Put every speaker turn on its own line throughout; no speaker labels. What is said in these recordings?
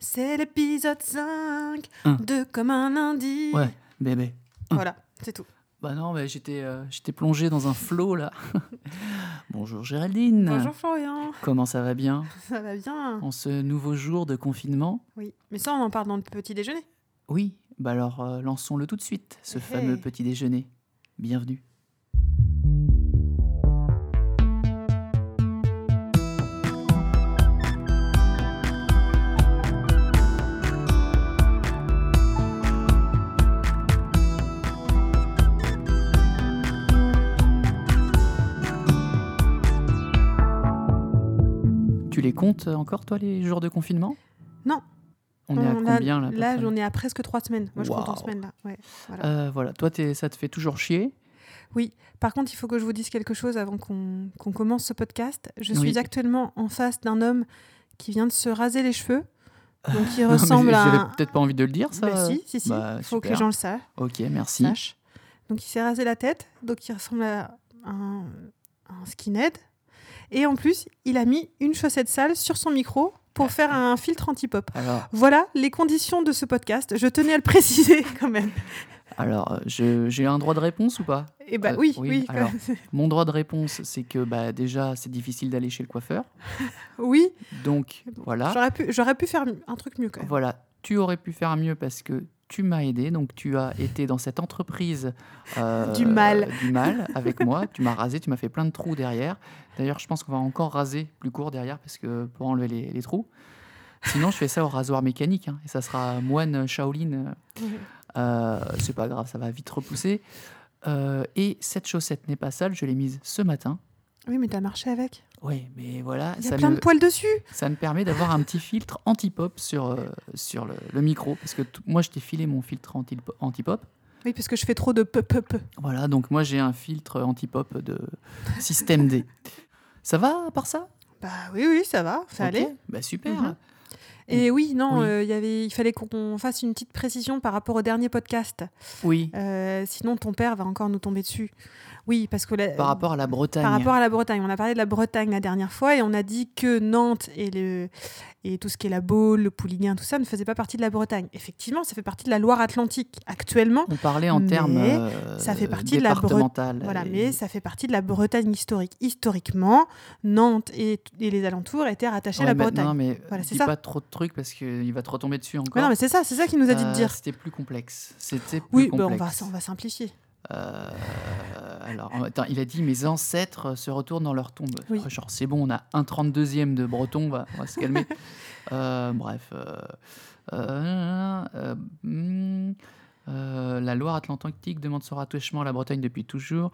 C'est l'épisode 5
Un.
de Comme un lundi.
Ouais, bébé.
Voilà, c'est tout.
Bah non, mais j'étais, euh, j'étais plongé dans un flot là. Bonjour Géraldine.
Bonjour Florian,
Comment ça va bien
ça va bien
en ce nouveau jour de confinement
Oui, mais ça on en parle dans le petit déjeuner.
Oui, bah alors euh, lançons-le tout de suite, ce
Hey.
fameux petit déjeuner. Bienvenue. Tu les comptes encore, toi, les jours de confinement
Non.
On, est à
a-
combien là à peu
Là
près
j'en ai à presque trois semaines. Moi je compte en
Waouh.
semaines là. Ouais, voilà.
Euh, voilà, toi, t'es- ça te fait toujours chier.
Oui, par contre il faut que je vous dise quelque chose avant qu'on qu'on commence ce podcast. Je suis
Oui.
actuellement en face d'un homme qui vient de se raser les cheveux. Donc il
Non, mais
ressemble à...
J'avais
un-
peut-être pas envie de le dire, ça.
Bah, si, si, si.
Bah,
faut que les
super.
gens le savent.
Ok, merci.
Sache. Donc il s'est rasé la tête, donc il ressemble à un, un skinhead. Et en plus, il a mis une chaussette sale sur son micro pour faire un filtre anti-pop.
Alors,
Voilà les conditions de ce podcast. Je tenais à le préciser quand même.
alors euh, je- j'ai un droit de réponse ou pas
Et bah
Euh,
oui,
oui,
oui,
alors.
quand même.
Mon droit de réponse, c'est que bah, déjà, c'est difficile d'aller chez le coiffeur.
oui.
Donc, voilà.
J'aurais pu, j'aurais pu faire un truc mieux quand même.
Voilà, tu aurais pu faire mieux parce que tu m'as aidé. Donc, tu as été dans cette entreprise euh,
Du mal.
du mal avec moi. Tu m'as rasé, tu m'as fait plein de trous derrière. D'ailleurs, je pense qu'on va encore raser plus court derrière parce que pour enlever les, les trous. Sinon, je fais ça au rasoir mécanique hein, et ça sera moine Shaolin. euh,
Ouais.
Euh, c'est pas grave, ça va vite repousser. Euh, et cette chaussette n'est pas sale, je l'ai mise ce matin.
Oui, mais t'as marché avec.
Oui, mais voilà,
Il y a
Ah, ça
plein
me,
de poils dessus.
ça me permet d'avoir un petit filtre anti-pop sur, euh, sur le, le micro. Parce que t- moi, je t'ai filé mon filtre anti- anti-pop.
Oui, parce que je fais trop de peu, peu, peu.
voilà, donc moi, j'ai un filtre anti-pop de système D. Ça va, à part ça
Bah oui, oui, ça va, ça
Ok,
allait.
bah Super.
Mhm. Et oui, non,
Oui.
euh, il y avait, il fallait qu'on fasse une petite précision par rapport au dernier podcast.
Oui,
Euh, sinon, ton père va encore nous tomber dessus. Oui, parce que la-
par rapport à la Bretagne.
par rapport à la Bretagne, on a parlé de la Bretagne la dernière fois et on a dit que Nantes et, le, et tout ce qui est la Baule, le Pouliguen, tout ça ne faisait pas partie de la Bretagne. Effectivement, ça fait partie de la Loire-Atlantique actuellement.
On parlait en
Mais
termes
ça fait
euh,
partie de la Bre-
départemental.
Voilà,
Et-
mais ça fait partie de la Bretagne historique. Historiquement, Nantes et, et les alentours étaient rattachés à la
Ouais, mais-
Bretagne.
Non, mais
Voilà, c'est
dis
ça.
pas trop de trucs parce qu'il va te retomber dessus encore.
Mais non, mais c'est ça, c'est ça qu'il nous a dit de
Euh,
dire.
C'était plus complexe. C'était plus
Oui, bah, on,
complexe.
va, on va simplifier.
Euh, alors, attends, il a dit mes ancêtres se retournent dans leur tombe.
Oui.
Oh, Genre, c'est bon, on a un 32e de breton, on va, on va se calmer. Euh, bref. euh, euh, euh, hmm, euh, la Loire-Atlantique demande son rattachement à la Bretagne depuis toujours.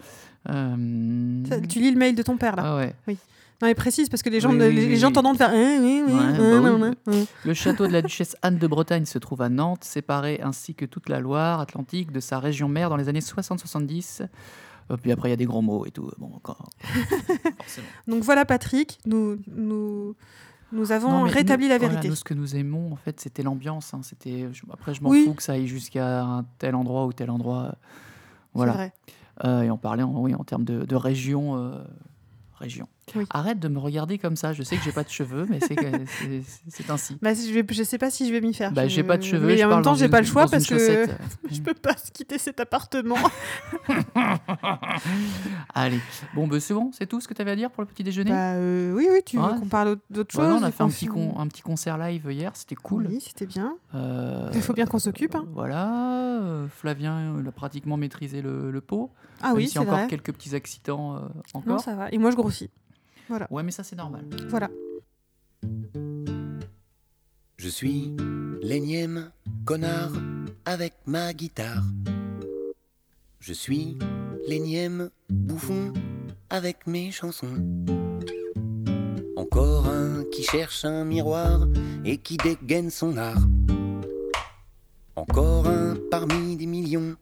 Euh,
Ça, tu lis le mail de ton père, là.
ah ouais.
Non, mais précise, parce que les gens,
Oui,
ne-
oui,
les,
oui,
les gens
oui.
t'entendent faire. Hein, oui, oui,
Ouais,
hein,
bah oui.
hein, hein, hein.
Le château de la duchesse Anne de Bretagne se trouve à Nantes, séparé ainsi que toute la Loire Atlantique de sa région mère dans les années 60-70. Euh, puis après, il y a des gros mots et tout. Bon, encore. forcément.
Donc voilà, Patrick, nous, nous, nous avons
Non, mais
rétabli
nous-
la
voilà,
vérité.
nous, ce que nous aimons, en fait, c'était l'ambiance. hein, C'était. je- Après, je m'en
Oui.
fous que ça aille jusqu'à un tel endroit ou tel endroit. euh, Voilà.
C'est vrai.
Euh, et on parlait en, oui, en termes de, de région. euh, région.
Oui.
Arrête de me regarder comme ça. Je sais que j'ai pas de cheveux, mais c'est que- c'est c'est- c'est ainsi.
Bah, si- je, vais- je sais pas si je vais m'y faire.
Bah,
Ah, Je-
j'ai pas de cheveux.
Mais
je
en
parle
même temps,
dans
j'ai
une-
pas le choix
dans une
parce que
chaussette.
je peux pas quitter cet appartement.
Allez, bon, bah, c'est bon, c'est tout ce que tu avais à dire pour le petit déjeuner
bah, euh, oui, oui, tu veux
Ouais.
qu'on parle d'autre chose
Voilà, On a fait un
qu'on
petit,
finisse-
con- un petit concert live hier, c'était cool.
Oui, c'était bien.
Euh,
Il faut bien qu'on s'occupe. hein.
Voilà, euh, Flavien euh, il a pratiquement maîtrisé le, le pot.
Ah
même
oui,
s'il y
c'est
a encore
vrai.
quelques petits accidents euh,
Non,
encore.
ça va. Et moi, je grossis.
Ouais, mais ça c'est normal.
Voilà.
Je suis l'énième connard avec ma guitare. Je suis l'énième bouffon avec mes chansons. Encore un qui cherche un miroir et qui dégaine son art. Encore un parmi des millions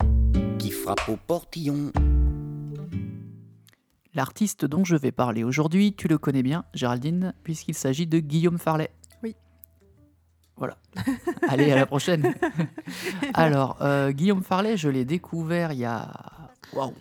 qui frappe au portillon.
L'artiste dont je vais parler aujourd'hui, tu le connais bien, Géraldine, puisqu'il s'agit de Guillaume Farlet.
Oui.
Voilà. Allez, à la prochaine. Alors, euh, Guillaume Farlet, je l'ai découvert il y a. Waouh!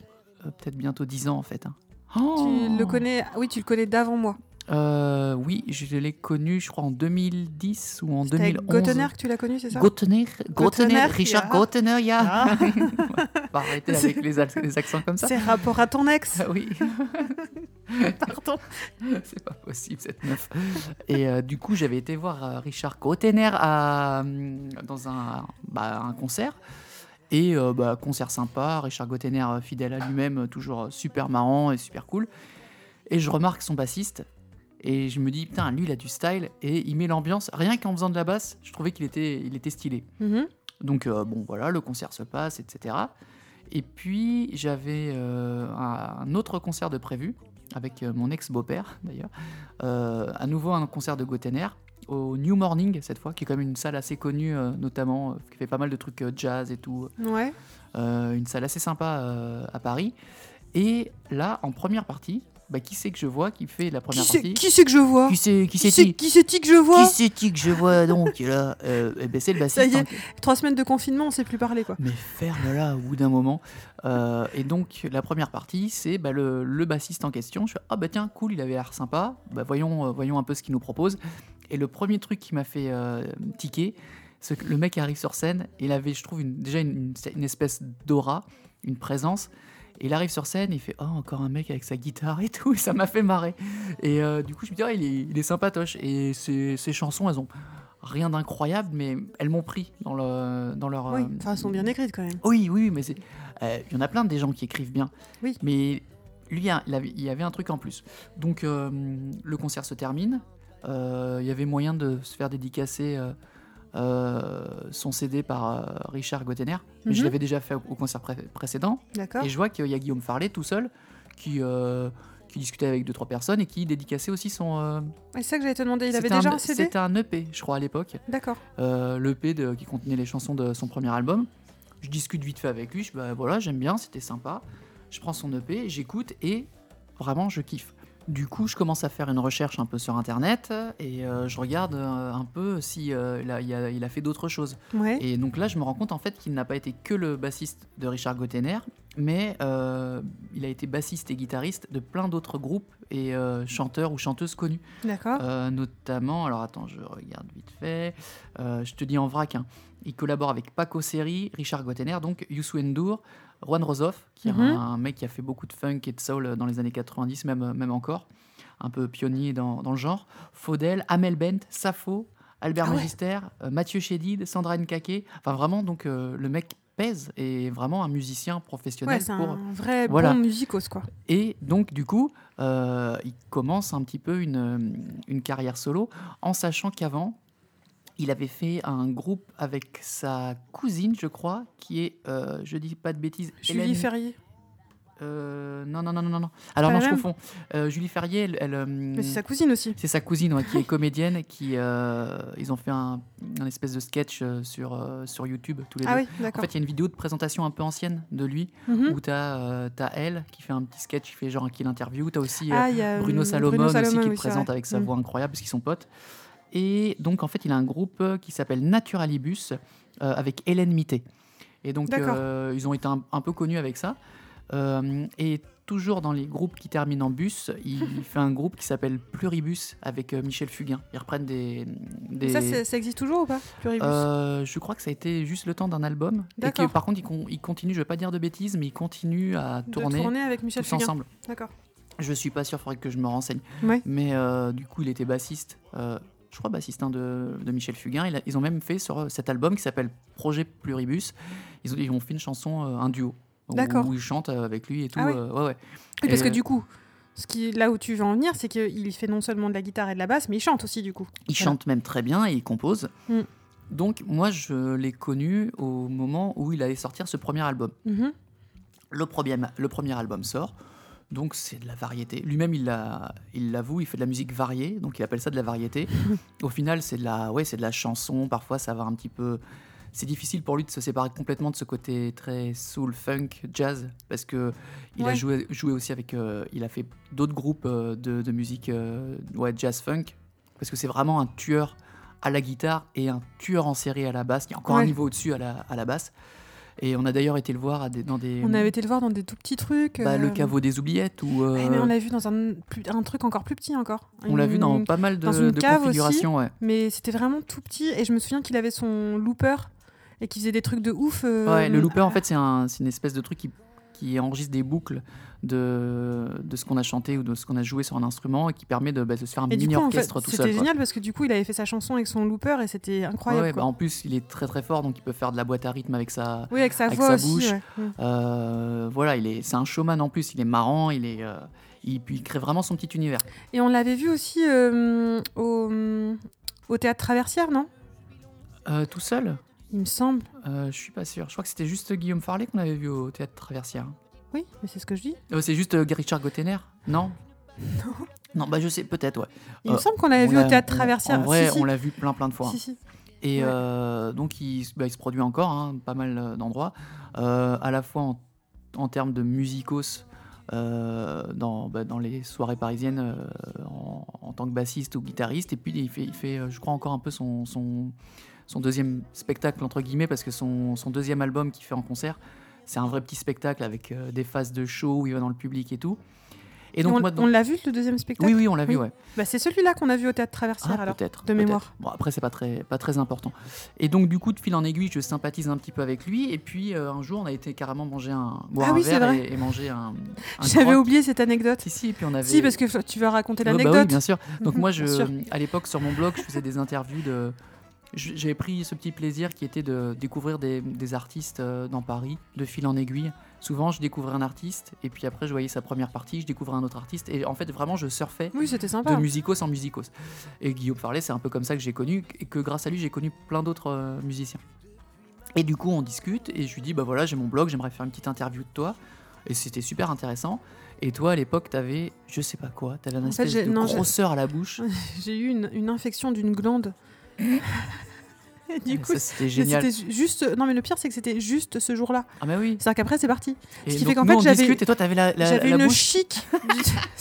euh, Peut-être bientôt 10 ans en fait. hein. Oh
ah Tu le connais. Oui, tu le connais d'avant moi.
Euh, oui, je l'ai connu, je crois, en 2010 ou en
C'était avec
2011.
Gottener que tu l'as connu, c'est ça
Gauthier, Gauthier,
Gauthier,
Richard
yeah.
Gauthier, yeah.
Ah.
On va arrêter avec les, ac- les accents comme ça.
C'est rapport à ton ex.
Ah oui,
Pardon.
c'est pas possible cette meuf. Et euh, du coup, j'avais été voir euh, Richard Gauthier à, hum, dans un, bah, un concert. Et euh, bah, concert sympa, Richard Gauthier euh, fidèle à lui-même, euh, toujours euh, super marrant et super cool. Et je remarque son bassiste. Et je me dis, putain, lui, il a du style. Et il met l'ambiance. Rien qu'en faisant de la basse, je trouvais qu'il était, il était stylé.
Mhm.
Donc euh, bon voilà, le concert se passe, etc. Et puis j'avais euh, un un autre concert de prévu avec euh, mon ex-beau-père d'ailleurs. Euh, à nouveau un concert de Gotener au New Morning cette fois, qui est quand même une salle assez connue, euh, notamment euh, qui fait pas mal de trucs euh, jazz et tout.
Ouais.
Euh, une salle assez sympa euh, à Paris. Et là, en première partie, bah, qui c'est que je vois qui fait la
Qui
première
c'est
partie
qui c'est que je vois
Qui c'est
Qui
qui c'est
c'est
qui
qui c'est qui que je vois
Qui c'est-il que je vois donc là Euh, eh ben, C'est le
Ça y
bassiste.
est.
hein, qui-
Trois semaines de confinement, on sait plus parler quoi.
mais ferme-la au bout d'un moment. Euh, et donc, la première partie, c'est bah, le, le bassiste en question. Je fais Ah, bah tiens, cool, il avait l'air sympa. Bah, voyons, euh, voyons un peu ce qu'il nous propose. Et le premier truc qui m'a fait euh, tiquer, c'est que le mec arrive sur scène. Il avait, je trouve, une- déjà une, une- une espèce d'aura, une présence. Et il arrive sur scène, il fait Oh, encore un mec avec sa guitare et tout. Et ça m'a fait marrer. Et euh, du coup, je me dis Ah, il est, il est sympatoche. Et ses, ses chansons, elles ont. Rien d'incroyable, mais elles m'ont pris dans, le, dans leur.
Oui,
euh,
enfin, elles sont bien écrites quand même.
oui, oui, mais c'est- euh, il y en a plein des gens qui écrivent bien.
Oui.
Mais lui, il a- il avait- il y avait un truc en plus. Donc, euh, le concert se termine. Euh, il y avait moyen de se faire dédicacer euh, euh, son CD par euh, Richard Gottener. Mais je
Mhm. Ah.
l'avais déjà fait au, au concert pré- précédent.
D'accord.
Et je vois qu'il y a Guillaume Farlet tout seul qui, euh, qui discutait avec deux, trois personnes et qui dédicaçait aussi son. euh,
Et C'est ça que j'allais te demander. Il avait
c'était
déjà
un-
un CD
C'était un EP, je crois, à l'époque
D'accord.
euh, l'EP de- qui contenait les chansons de son premier album. Je discute vite fait avec lui, je dis, bah voilà, j'aime bien, c'était sympa. Je prends son EP, j'écoute et vraiment je kiffe. Du coup, je commence à faire une recherche un peu sur internet et euh, je regarde euh, un peu si euh, il, a, il a- il a fait d'autres choses.
Ouais.
Et donc là, je me rends compte en fait qu'il n'a pas été que le bassiste de Richard Gottener, mais euh, il a été bassiste et guitariste de plein d'autres groupes et euh, chanteurs ou chanteuses connus.
D'accord.
Euh, notamment, alors attends, je regarde vite fait. Euh, je te dis en vrac, hein. il collabore avec Paco Seri, Richard Gottener, donc Youssou N'Dour, Juan Rosoff, qui est
Mhm.
un, un mec qui a fait beaucoup de funk et de soul euh, dans les années 90, même, même encore, un peu pionnier dans, dans le genre. Faudel, Amel Bent, Sappho, Albert
Ah ouais.
Magister, euh, Mathieu Chédid, Sandra Nkake. Enfin, vraiment, donc euh, le mec pèse et est vraiment un musicien professionnel
Ouais, c'est
pour euh,
un vrai
Voilà.
bon musicos quoi.
et donc, du coup, euh, il commence un petit peu une, euh, une carrière solo, en sachant qu'avant, il avait fait un groupe avec sa cousine, je crois, qui est, euh, je dis pas de bêtises,
Julie
Hélène-
Ferrier.
euh, non, non, non, non, non, non. Alors
Pas
non,
la
je
même
confonds. Euh, Julie Ferrier, elle, elle, euh,
Mais c'est sa cousine aussi.
c'est sa cousine ouais, qui est comédienne, qui euh, ils ont fait un, un espèce de sketch euh, sur, euh, sur YouTube tous les
Ah
deux.
oui,
En
d'accord.
fait, il y a une vidéo de présentation un peu ancienne de lui
Mhm.
où t'as euh, t'as elle qui fait un petit sketch, qui fait genre qui l'interview. T'as aussi euh,
Ah, il y a, euh,
Bruno Salomon aussi qui
oui,
le
c'est vrai.
présente avec sa
Mm.
voix incroyable parce qu'ils sont potes. Et donc en fait, il a un groupe euh, qui s'appelle Naturalibus euh, avec Hélène Mité. Et donc
D'accord.
euh, ils ont été un, un peu connus avec ça. Euh, et toujours dans les groupes qui terminent en bus, il, il fait un groupe qui s'appelle Pluribus avec euh, Michel Fugain. Ils reprennent des, des-
Ça, c'est- ça existe toujours ou pas Pluribus
euh, je crois que ça a été juste le temps d'un album. Et que,
D'accord.
par contre, ils, con- ils continuent, je vais pas dire de bêtises, mais ils continuent à
De
tourner
tourner avec Michel
tous
Fugain.
ensemble.
D'accord.
Je suis pas sûr, faudrait que je me renseigne.
Ouais.
Mais euh, du coup, il était bassiste, euh, je crois bassiste hein, de, de Michel Fugain. Il a- ils ont même fait sur euh, cet album qui s'appelle Projet Pluribus. Ils ont, ils ont fait une chanson, euh, un duo. où-
D'accord.
Où ils chantent euh, avec lui et tout.
Ah ouais.
euh, ouais, ouais.
Oui, parce
Et-
que du coup, ce qui, là où tu veux en venir, c'est qu'il fait non seulement de la guitare et de la basse, mais il chante aussi du coup.
Il
Voilà.
chante même très bien et il compose.
Mm.
Donc, moi, je l'ai connu au moment où il allait sortir ce premier album.
Mhm.
Le premier, le premier album sort, donc c'est de la variété. Lui-même, il l'a- il l'avoue, il fait de la musique variée, donc il appelle ça de la variété. Au final, c'est de, la- ouais, c'est de la chanson, parfois ça va un petit peu... C'est difficile pour lui de se séparer complètement de ce côté très soul, funk, jazz, parce que il a
Ouais.
joué, joué aussi avec... euh, il a fait d'autres groupes euh, de, de musique euh, ouais, jazz, funk, parce que c'est vraiment un tueur à la guitare et un tueur en série à la basse, qui est encore un
Ouais.
niveau au-dessus à la, à la basse. Et on a d'ailleurs été le voir à des- dans des.
On avait été le voir dans des tout petits trucs.
bah,
euh,
le caveau des oubliettes ou.
ouais, mais
euh,
on l'a vu dans un, plus- un truc encore plus petit encore.
on l'a vu dans
Une-
pas mal de,
dans une
de
cave
configurations, ouais.
Mais c'était vraiment tout petit et je me souviens qu'il avait son looper et qu'il faisait des trucs de ouf. euh,
Ouais, le looper, en fait, c'est un- c'est une espèce de truc qui, qui enregistre des boucles de, de ce qu'on a chanté ou de ce qu'on a joué sur un instrument et qui permet de, bah, de se faire un
Et du
mini
coup, en fait,
orchestre tout seul.
c'était
quoi.
génial parce que du coup, il avait fait sa chanson avec son looper et c'était
Ouais,
incroyable.
ouais,
quoi.
bah, en plus, il est très très fort, donc il peut faire de la boîte à rythme avec sa.
Oui, avec sa
avec
voix
sa
aussi.
bouche.
ouais. Mm.
euh, voilà, il est, c'est un showman en plus. Il est marrant, il est, euh, il, puis il crée vraiment son petit univers.
Et on l'avait vu aussi euh, au, au théâtre Traversière, non
Euh, tout seul,
Il me semble.
euh, je suis pas sûr. Je crois que c'était juste Guillaume Farley qu'on avait vu au théâtre Traversière.
Oui, mais c'est ce que je dis.
Euh, c'est juste euh, Richard Gottener, non Non, bah je sais, peut-être, ouais.
Il
Euh,
me semble qu'on l'avait
On
vu
l'a-
au théâtre
on-
Traversière.
En vrai,
Si, si.
on l'a vu plein plein de fois.
Si, si.
Et
Ouais.
euh, donc, il, se- bah, il se produit encore, hein, pas mal euh, d'endroits, Euh, à la fois en, en termes de musicos euh, dans, bah, dans les soirées parisiennes euh, en, en tant que bassiste ou guitariste, et puis il fait, il fait euh, je crois, encore un peu son, son, son deuxième spectacle, entre guillemets, parce que son, son deuxième album qu'il fait en concert, c'est un vrai petit spectacle avec euh, des phases de show où il va dans le public et tout. Et
Et
donc,
on
moi, donc-
on l'a vu le deuxième spectacle
oui, oui, on l'a vu,
Oui.
ouais.
Bah, c'est celui-là qu'on a vu au théâtre Traversière
Ah,
alors.
peut-être.
de
peut-être.
mémoire.
Bon, après, c'est pas très, pas très important. Et donc, du coup, de fil en aiguille, je sympathise un petit peu avec lui. Et puis, euh, un jour, on a été carrément manger un, boire
Ah
un
oui, c'est
verre
vrai.
et, et manger un. un
J'avais
croque.
oublié cette anecdote.
Si, si, et puis on avait.
Si, parce que tu veux raconter
Ouais, bah oui,
l'anecdote.
bien sûr. Donc, moi, je,
Bien sûr.
à l'époque, sur mon blog, je faisais des interviews de. je- J'ai pris ce petit plaisir qui était de découvrir des, des artistes euh, dans Paris, de fil en aiguille. Souvent, je découvrais un artiste, et puis après, je voyais sa première partie, je découvrais un autre artiste. Et en fait, vraiment, je surfais
Oui, c'était
de
sympa.
musicos en musicos. Et Guillaume Farley, c'est un peu comme ça que j'ai connu, et que grâce à lui, j'ai connu plein d'autres euh, musiciens. Et du coup, on discute, et je lui dis, bah voilà, j'ai mon blog, j'aimerais faire une petite interview de toi. Et c'était super intéressant. Et toi, à l'époque, t'avais, je sais pas quoi, t'avais un
En fait,
espèce
j'ai-
de
non, j'ai-
grosseur à la bouche.
J'ai eu une, une infection d'une glande. Et
Et
du coup,
Ah, ça, c'était
mais
génial.
c'était ju- juste. Non, mais le pire, c'est que c'était juste ce jour-là.
Ah, bah oui.
C'est-à-dire qu'après, c'est parti.
Et
Ce qui
donc,
fait qu'en
nous,
fait,
on
j'avais-
discute, et toi, t'avais la, la,
J'avais
la
une
bouche.
chic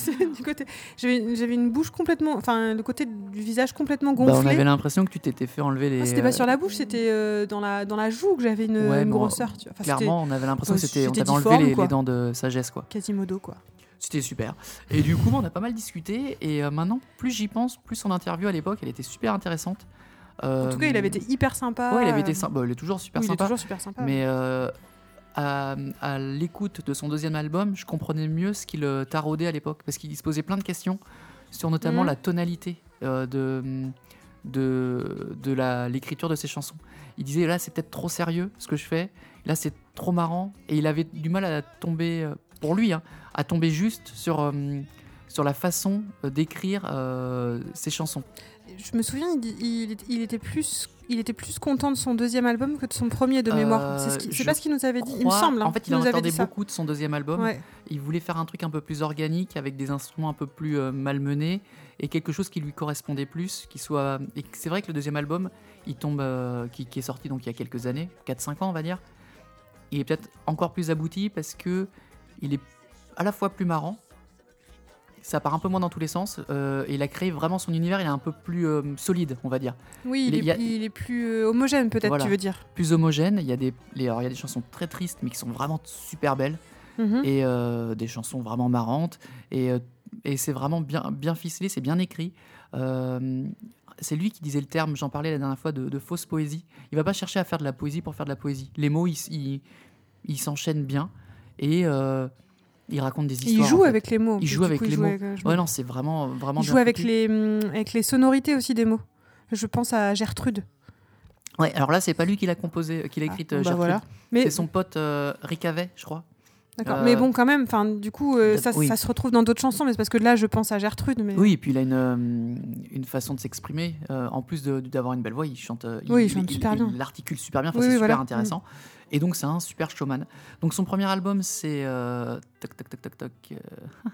du, du côté. J'avais une- j'avais une bouche complètement. Enfin, le côté du visage complètement
Bah, on
gonflé.
avait l'impression que tu t'étais fait enlever les.
Ah, c'était pas sur la bouche, c'était euh, dans, la, dans la joue que j'avais une,
Ouais,
une
mais on-
grosseur. Tu vois. Enfin, c'était
Clairement, on avait l'impression que
Ouais,
c'était, on
j'étais
t'avait enlevé
difforme,
les-
quoi.
les dents de sagesse, quoi.
Quasimodo, quoi.
C'était super. Et du coup, on a pas mal discuté. Et euh, maintenant, plus j'y pense, plus son interview à l'époque, elle était super intéressante.
En
Euh,
tout cas, il avait été hyper sympa.
Ouais, il avait été
euh,
sympa. Bah, il est toujours
Ah
super
oui, il est
sympa.
toujours super sympa.
Mais euh, à, à l'écoute de son deuxième album, je comprenais mieux ce qu'il euh, taraudait à l'époque. Parce qu'il se posait plein de questions sur notamment
Mhm.
la tonalité euh, de, de, de la- l'écriture de ses chansons. Il disait là, c'est peut-être trop sérieux ce que je fais. Là, c'est trop marrant. Et il avait du mal à tomber, euh, pour lui, hein, à tomber juste sur. euh, sur la façon euh, d'écrire euh, ses chansons.
Je me souviens, il, il- il était plus, il était plus content de son deuxième album que de son premier de mémoire. C'est ce qui-
Euh,
c'est
je
pas ce qu'il nous avait dit. Il me
Crois-
semble. hein,
en fait, il
nous
en
avait
attendait
dit ça.
beaucoup de son deuxième album.
Ouais.
Il voulait faire un truc un peu plus organique avec des instruments un peu plus euh, malmenés et quelque chose qui lui correspondait plus, qui soit et que c'est vrai que le deuxième album, il tombe euh, qui, qui est sorti donc il y a quelques années, 4 5 ans on va dire. Il est peut-être encore plus abouti parce que il est à la fois plus marrant, ça part un peu moins dans tous les sens euh, et il a créé vraiment son univers, il est un peu plus euh, solide, on va dire.
Oui, il,
Il y
est,
a-
il est plus euh, homogène peut-être.
Voilà.
Tu veux dire.
Plus homogène, il y a des les- alors, il y a des chansons très tristes mais qui sont vraiment super belles.
Mhm.
et euh, des chansons vraiment marrantes. Et, euh, et c'est vraiment bien, bien ficelé, c'est bien écrit. Euh, c'est lui qui disait le terme, j'en parlais la dernière fois, de, de fausse poésie. Il va pas chercher à faire de la poésie pour faire de la poésie. Les mots, ils s- ils ils s'enchaînent bien et euh, il raconte des
Il
histoires. en
joue
fait.
avec les mots. en
Il
plus,
joue
du
avec
coup,
les
joue
mots.
euh, je me-
Ouais, non, c'est vraiment, vraiment
Il
bien
joue avec
foutu.
les, hum, avec les sonorités aussi des mots. Je pense à Gertrude.
Ouais, alors là, c'est pas lui qui l'a composé, euh, qui l'a écrite,
Ah,
euh,
bah
Gertrude.
voilà. Mais,
C'est son pote euh, Ricavet, je crois.
d'accord.
euh,
mais bon, quand même, enfin, du coup, euh, ça,
oui.
ça se retrouve dans d'autres chansons, mais c'est parce que là, je pense à Gertrude. Mais...
Oui, et puis il a une, euh, une façon de s'exprimer. Euh, en plus de- d'avoir une belle voix, il chante, euh,
Oui, il chante super bien.
Il articule super bien, enfin,
Oui,
c'est
oui,
super
voilà.
intéressant. Et donc c'est un super showman. Donc son premier album, c'est... euh, toc, toc, toc, toc, toc.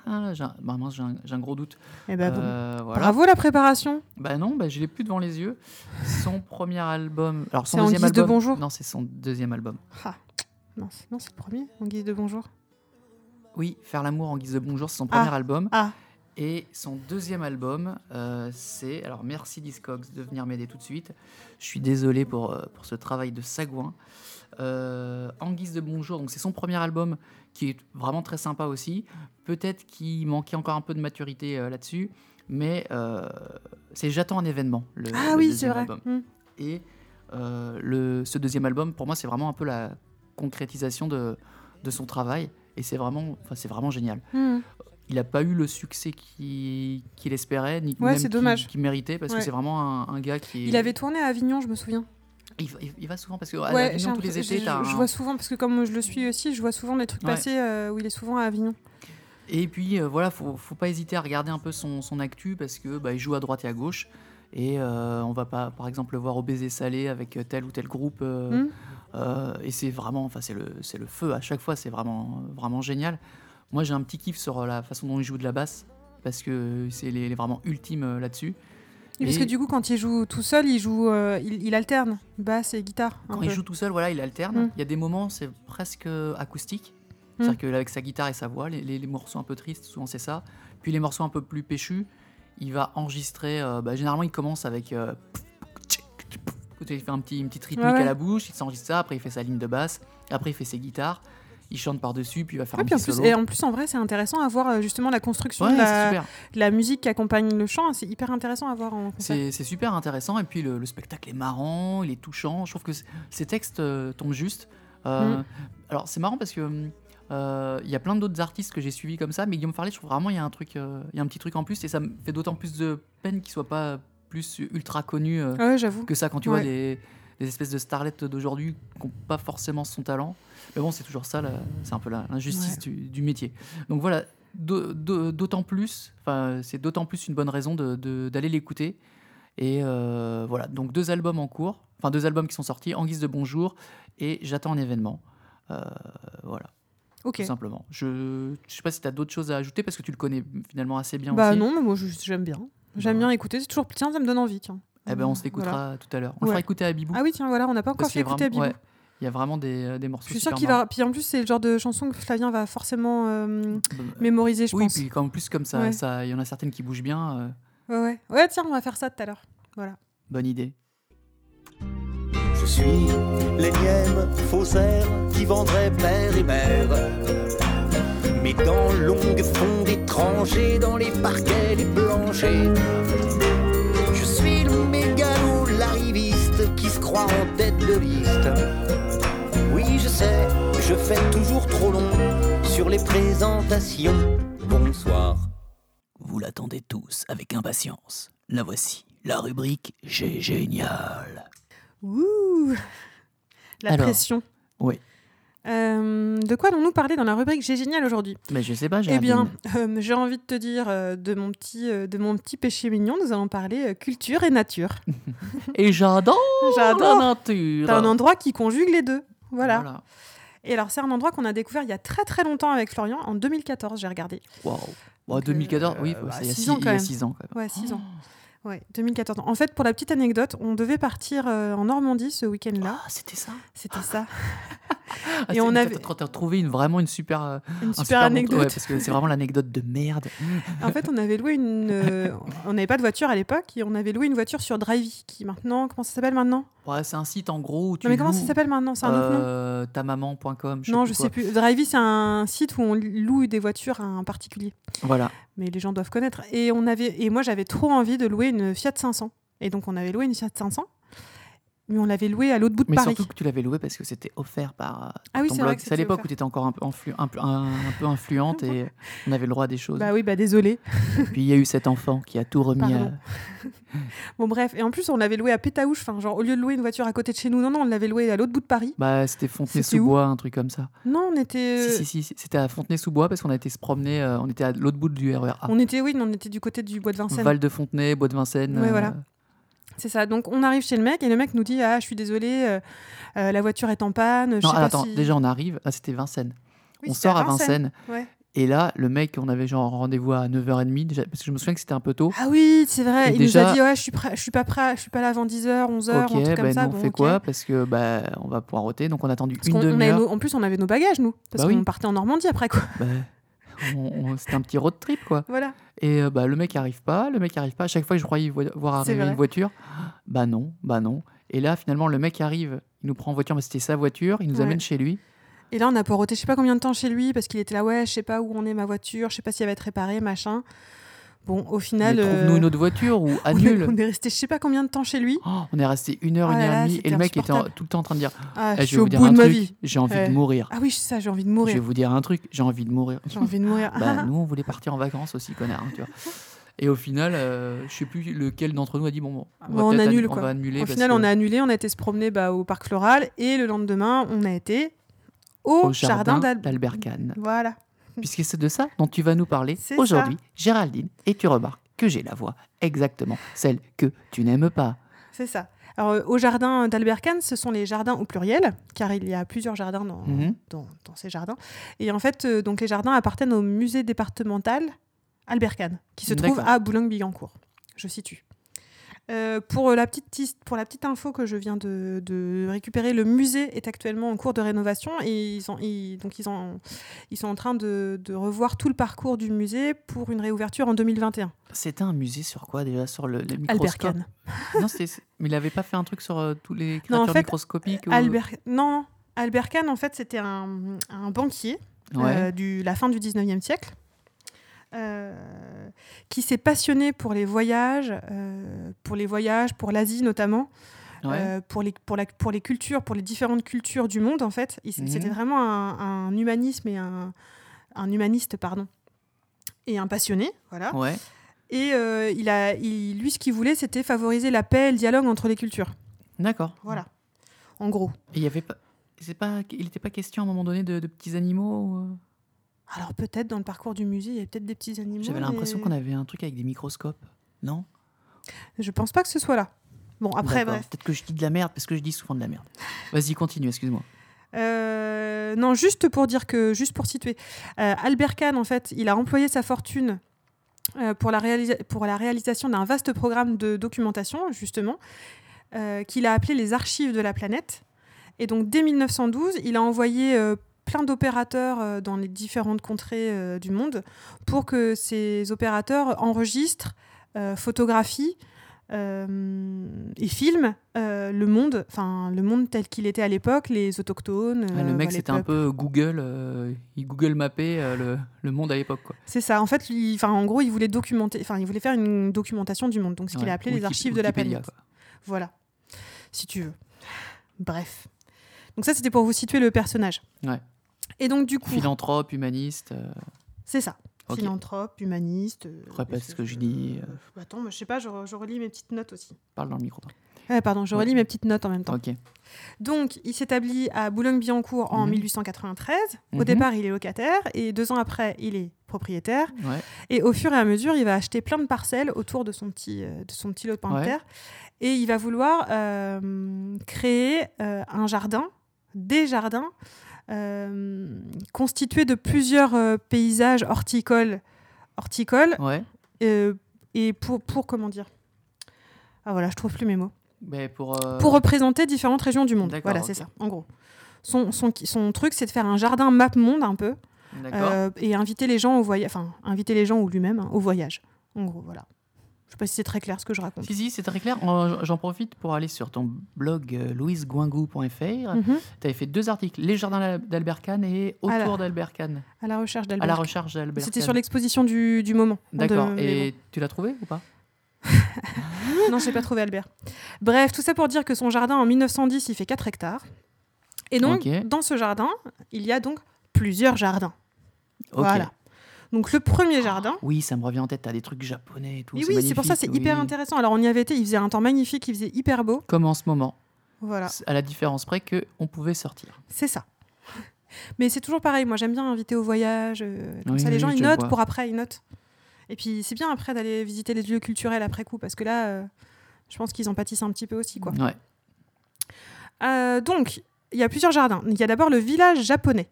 euh, j'ai un, bah, mince, j'ai un- j'ai un gros doute.
Eh ben, bon.
Euh, voilà.
Bravo la préparation.
Bah non, bah, je l'ai plus devant les yeux. Son premier album... Alors son
C'est en
deuxième
guise de
album...
bonjour
Non, c'est son deuxième album.
Ah, non, c'est- non, c'est le premier, en guise de bonjour.
Oui, Faire l'amour en guise de bonjour, c'est son premier album.
Ah.
Et son deuxième album, euh, c'est. Alors, merci Discogs de venir m'aider tout de suite. Je suis désolé pour, euh, pour ce travail de sagouin. Euh, en guise de bonjour, donc c'est son premier album qui est vraiment très sympa aussi. Peut-être qu'il manquait encore un peu de maturité euh, là-dessus, mais euh, c'est J'attends un événement. Le,
Ah
Euh, le
oui, c'est
deuxième
vrai.
album.
Mm.
Et euh, le, ce deuxième album, pour moi, c'est vraiment un peu la concrétisation de, de son travail. Et c'est vraiment, enfin, c'est vraiment génial.
Mm.
Il n'a pas eu le succès qu'il qu'il espérait, ni
Ouais,
même
c'est
qu'il-
dommage.
qu'il méritait, parce
Ouais.
que c'est vraiment un, un gars qui. est-
Il avait tourné à Avignon, je me souviens.
il, va- il va souvent parce que Ah, à
Ouais,
Avignon,
j'ai
tous les
l'impression-
étés,
je-
t'as
je, je
un-
vois souvent parce que comme je le suis aussi, je vois souvent des trucs
Ouais.
passer euh, où il est souvent à Avignon.
Et puis euh, voilà, faut, faut pas hésiter à regarder un peu son, son actu parce que bah, il joue à droite et à gauche. Et euh, on va pas, par exemple, le voir au baiser salé avec euh, tel ou tel groupe. euh,
Mm.
euh, et c'est vraiment, enfin, c'est le, c'est le feu à chaque fois. C'est vraiment, vraiment génial. Moi, j'ai un petit kiff sur euh, la façon dont il joue de la basse parce que c'est les, les vraiment ultime euh, là-dessus.
Et Parce
Et-
que du coup, quand il joue tout seul, il joue, euh, il, il alterne basse et guitare. un
Quand il
peu.
joue tout seul, voilà, il alterne.
Mm.
Il y a des moments, c'est presque euh, acoustique.
Mm.
C'est-à-dire que là, avec sa guitare et sa voix, les, les- les morceaux un peu tristes, souvent c'est ça. Puis les morceaux un peu plus péchus, il va enregistrer. euh, bah, généralement, il commence avec. euh, il fait un petit, une petite rythmique
Ouais, ouais.
à la bouche, il s'enregistre ça, après il fait sa ligne de basse, après il fait ses guitares, il chante par-dessus, puis il va faire
Ouais,
un
puis en
petit
plus,
solo.
et en plus, en vrai, c'est intéressant à voir euh, justement la construction
Ouais,
de,
c'est
la,
super.
de la musique qui accompagne le chant. C'est hyper intéressant à voir en concert.
C'est c'est super intéressant. Et puis le, le spectacle est marrant, il est touchant. Je trouve que c- ces textes euh, tombent juste. Euh, Alors c'est marrant parce que hum, euh, il y a plein d'autres artistes que j'ai suivis comme ça, mais Guillaume Farley, je trouve vraiment il y a un truc, euh, il y a un petit truc en plus et ça me fait d'autant plus de peine qu'il soit pas plus ultra connu euh,
Ah ouais, j'avoue.
que ça quand tu
Ouais.
vois des, des espèces de starlettes d'aujourd'hui qui n'ont pas forcément son talent. Mais bon, c'est toujours ça, la- c'est un peu la- l'injustice
Ouais.
du, du métier. Donc voilà, d'au- d'au- d'autant plus, enfin, c'est d'autant plus une bonne raison de- de- d'aller l'écouter. Et euh, voilà, donc deux albums en cours, enfin deux albums qui sont sortis, En guise de bonjour et J'attends un événement. Euh, voilà,
Ok.
tout simplement. Je je sais pas si tu as d'autres choses à ajouter parce que tu le connais finalement assez bien
Bah
aussi.
non, mais moi je- j'aime bien. J'aime
Bah.
bien écouter. C'est toujours tiens, ça me donne envie. Tiens. Mmh.
Eh ben, on se
Voilà.
l'écoutera tout à l'heure. On le
Ouais.
fera écouter à Bibou.
Ah oui, tiens, voilà, on n'a pas encore
Parce
fait
qu'il y a
écouter à Bibou.
vraiment- ouais, il y a vraiment des, des morceaux.
Je suis sûre
super
qu'il va. Puis en plus, c'est le genre de chanson que Flavien va forcément euh,
marrants.
mémoriser, je
oui,
pense.
puis en plus, comme ça,
Ouais.
ça- il y en a certaines qui bougent bien. euh,
Ouais, ouais. ouais, tiens, on va faire ça tout à l'heure. Voilà.
bonne idée.
Je suis l'énième faussaire qui vendrait père et mère. Mes dents longues font d'étrangers dans les parquets, les planchers. Je suis le mégalo, l'arriviste qui se croit en tête de liste. Oui, je sais, je fais toujours trop long sur les présentations. Bonsoir.
Vous l'attendez tous avec impatience. La voici, la rubrique J'ai génial.
Ouh La
Alors.
pression.
Oui.
Euh, de quoi allons-nous parler dans la rubrique J'ai génial aujourd'hui
Mais je sais pas, j'ai
Eh bien, euh, j'ai envie de te dire euh, de, mon petit, euh, de mon petit péché mignon, nous allons parler euh, culture et nature.
Et j'adore la
J'adore
nature.
T'as un endroit qui conjugue les deux. Voilà.
Voilà.
Et alors, c'est un endroit qu'on a découvert il y a très très longtemps avec Florian, en 2014, j'ai regardé.
Waouh. Bon,
Donc,
2014,
euh,
oui,
bah,
c'est il y a
six
6
ans
ans,
quand même.
ans quand même. Oh.
Ouais, 6 ans. Ouais, 2014. En fait, pour la petite anecdote, on devait partir euh, en Normandie ce week-end-là.
Ah, c'était ça.
C'était ça.
Ah,
Et on
c'est-
avait-
t'as- T'as trouvé une, vraiment une super, euh,
Une
un
super,
super bon-
anecdote.
ouais, parce que c'est vraiment l'anecdote de merde.
En fait, on avait loué une. euh, on n'avait pas de voiture à l'époque et on avait loué une voiture sur Drivey qui maintenant. Comment ça s'appelle maintenant
Ouais, c'est un site en gros où tu
Non, mais comment
loues,
ça s'appelle maintenant C'est un autre nom
euh, tamaman.com.
Non, je sais plus. Drivey, c'est un site où on loue des voitures à un particulier.
quoi. Voilà.
mais les gens doivent connaître. Et, on avait, et moi, j'avais trop envie de louer une Fiat 500. Et donc, on avait loué une Fiat 500, mais on l'avait louée à l'autre bout de
Mais
Paris.
surtout que tu l'avais loué parce que c'était offert par euh,
Ah oui,
ton
c'est vrai
blog.
que
C'est à
c'était
l'époque
offert.
où tu étais encore un peu, influ- un peu- un- un peu influente et on avait le droit à des choses.
Bah oui, bah désolé.
Puis il y a eu cet enfant qui a tout remis.
Pardon. Bon, bref. Et en plus, on l'avait louée à Pétaouche. Enfin, genre, au lieu de louer une voiture à côté de chez nous, non, non, on l'avait louée à l'autre bout de Paris.
Bah, c'était
C'était où Euh.
Fontenay-sous-Bois, un truc comme ça.
Non, on était.
Si, si, si, si, c'était à Fontenay-sous-Bois parce qu'on a été se promener, euh, on était à l'autre bout du RER A.
On était, oui, non, on était du côté du bois de Vincennes.
Val de Fontenay, Bois de Vincennes. euh.
Ouais, voilà. C'est ça. Donc, on arrive chez le mec et le mec nous dit Ah, je suis désolé, euh, euh, la voiture est en panne. je
Non,
sais
ah,
pas
attends,
si-
déjà on arrive, ah, c'était Vincennes.
Oui,
on
c'était
sort à Vincennes.
Ouais.
Et là, le mec, on avait genre rendez-vous à 9h30, déjà- parce que je me souviens que c'était un peu tôt.
Ah oui, c'est vrai. il
Et
nous
déjà-
a dit Ouais, je suis, prêt- je suis pas prêt, je suis pas là avant 10h, 11h,
ok,
un truc
bah,
comme ça.
nous on
Bon,
fait
ok.
quoi Parce que bah, on va poireauter, donc on a attendu
Parce
une
qu'on- on avait
demi-heure.
nos- en plus, on avait nos bagages, nous. Parce
Bah
qu'on
oui.
partait en Normandie après, quoi.
Bah, on- on- c'était un petit road trip, quoi.
Voilà.
Et euh, bah, le mec arrive pas, le mec arrive pas. À chaque fois que je croyais vo- voir
C'est
arriver
vrai.
une voiture, bah non, bah non. Et là, finalement, le mec arrive, il nous prend en voiture, mais c'était sa voiture, il nous
Ouais.
amène chez lui.
Et là, on a poroté je sais pas combien de temps chez lui parce qu'il était là, ouais, je sais pas où on est ma voiture, je sais pas si elle va être réparée, machin. Bon, au
Mais
final,
Trouve-nous
euh,
une autre voiture ou
on, est,
annule.
on est resté je sais pas combien de temps chez lui.
Oh, On est resté une heure,
Oh
une
là
heure
là,
et demie, et
c'était
le mec était en-
insupportable.
tout le temps en train de dire
Ah,
Eh,
je
Je
suis
vais
au
vous dire
bout
un
de ma
truc,
vie.
j'ai envie
Ouais.
de mourir.
Ah oui, c'est ça, j'ai envie de
Je vais
mourir.
vous dire un truc, j'ai envie de mourir.
J'ai envie de mourir.
bah nous on voulait partir en vacances aussi connard hein, tu vois et au final euh, je sais plus lequel d'entre nous a dit bon, bon, on, va
Bon, on
peut-être
annule,
annu- on
quoi.
va annuler
Au
parce
final,
que-
on a annulé, on a été se promener bah, au parc floral et le lendemain, on a été au,
au jardin
d'Al-
d'Albert Kahn
Voilà.
puisque c'est de ça dont tu vas nous parler
C'est ça.
aujourd'hui Géraldine et tu remarques que j'ai la voix exactement celle que tu n'aimes pas
C'est ça. Alors, euh, au jardin d'Albert Kahn, ce sont les jardins au pluriel, car il y a plusieurs jardins dans,
Mhm.
dans, dans ces jardins. Et en fait, euh, donc les jardins appartiennent au musée départemental Albert Kahn, qui se trouve
D'accord.
à Boulogne-Billancourt. Je situe. Euh, pour, la petite, tis- pour la petite info que je viens de, de récupérer, le musée est actuellement en cours de rénovation et ils, ont- ils- donc ils, ont- ils sont en train de, de revoir tout le parcours du musée pour une réouverture en 2021.
c'était un musée sur quoi déjà sur le, les
Albert
microscopes
Kahn.
non c'était mais il avait pas fait un truc sur euh, tous les créatures
Non, en fait,
microscopiques ou-
Albert, non, Albert Kahn, en fait, c'était un, un banquier
Ouais.
euh, du la fin du 19e siècle euh, qui s'est passionné pour les voyages, euh, pour les voyages, pour l'Asie notamment,
Ouais.
euh, pour, les, pour, la- pour les cultures, pour les différentes cultures du monde, en fait. Il s-
Mhm.
C'était vraiment un, un humanisme et un, un humaniste, pardon, et un passionné, voilà.
ouais
Et euh, il a, il- lui, ce qu'il voulait, c'était favoriser la paix et le dialogue entre les cultures.
d'accord
Voilà, en gros.
Et il y avait pas c'est pas il était pas question à un moment donné de, de petits animaux ou, euh
Alors peut-être dans le parcours du musée, il y avait peut-être des petits animaux.
J'avais l'impression
mais
qu'on avait un truc avec des microscopes, non
Je pense pas que ce soit là. Bon, après,
D'accord.
bref.
Peut-être que je dis de la merde, parce que je dis souvent de la merde. Vas-y, continue, excuse-moi.
Euh, non, juste pour dire que, juste pour situer, euh, Albert Kahn, en fait, il a employé sa fortune euh, pour, la réalisa- pour la réalisation d'un vaste programme de documentation, justement, euh, qu'il a appelé les archives de la planète. Et donc, dès 1912, il a envoyé euh, plein d'opérateurs euh, dans les différentes contrées euh, du monde pour que ces opérateurs enregistrent, euh, photographient euh, et filment euh, le monde, enfin le monde tel qu'il était à l'époque, les autochtones.
Ah,
euh,
le mec,
voilà,
c'était
les
un peu Google, euh, il Google mappait euh, le, le monde à l'époque. quoi.
C'est ça. En fait, lui, enfin, en gros, il voulait documenter, enfin, il voulait faire une documentation du monde. Donc, ce qu'il
Ouais.
a appelé les
Wiki-
archives de la
Wikipédia,
planète. Voilà. Si tu veux. Bref. Donc ça, c'était pour vous situer le personnage.
Ouais.
Et donc, du
quoi.
coup,
Philanthrope, humaniste. euh,
c'est ça.
ok.
Philanthrope, humaniste. euh,
Répète ce que je dis, euh.
euh, Attends, mais je sais pas, je, re- je relis mes petites notes aussi.
Parle dans le micro.
Ah, pardon, je
Ouais.
relis mes petites notes en même temps.
Ok.
Donc, il s'établit à Boulogne-Billancourt en
Mhm.
1893. Au
Mhm.
départ, il est locataire et deux ans après, il est propriétaire.
Ouais.
Et au fur et à mesure, il va acheter plein de parcelles autour de son petit, euh, de son petit lopin
Ouais.
de terre. Et il va vouloir euh, créer euh, un jardin, des jardins, euh, constitués de plusieurs euh, paysages horticoles, horticoles
Ouais.
euh, et pour, pour, comment dire Ah voilà, je trouve plus mes mots
Mais pour. euh,
pour représenter différentes régions du monde.
D'accord,
Voilà,
ok.
c'est ça, en gros. Son, son, son truc, c'est de faire un jardin map monde un peu
D'accord.
euh, et inviter les gens au voyage, enfin inviter les gens ou lui-même hein, au voyage. En gros, voilà. Je sais pas si c'est très clair ce que je raconte.
Si, si, c'est très clair. En- J'en profite pour aller sur ton blog euh, louiseguingou.fr.
Mhm.
Tu avais fait deux articles Les jardins d'Albert Kahn et
À la-
Autour d'Albert Kahn.
À la recherche
À la
d'Albert.
recherche d'Albert
C'était
Kahn.
sur l'exposition du, du moment. hein,
D'accord.
De-
Et tu l'as trouvé ou pas
Non, j'ai pas trouvé Albert. Bref, tout ça pour dire que son jardin en 1910, il fait 4 hectares. Et donc,
Ok.
dans ce jardin, il y a donc plusieurs jardins.
Ok.
Voilà. Donc le premier jardin,
Oui, ça me revient en tête. T'as des trucs japonais et tout.
Mais oui, c'est pour ça, c'est
magnifique,
hyper
oui.
intéressant. Alors, on y avait été, il faisait un temps magnifique, il faisait hyper beau.
Comme en ce moment,
Voilà,
à la différence près que on pouvait sortir.
c'est ça. Mais c'est toujours pareil, moi j'aime bien inviter au voyage. euh, comme
Oui,
ça, les
oui,
gens,
je
ils
le
notent
vois.
pour après, ils notent. Et puis, c'est bien après d'aller visiter les lieux culturels après coup, parce que là, euh, je pense qu'ils en pâtissent un petit peu aussi. Quoi.
Ouais.
Euh, donc, il y a plusieurs jardins. Il y a d'abord le village japonais,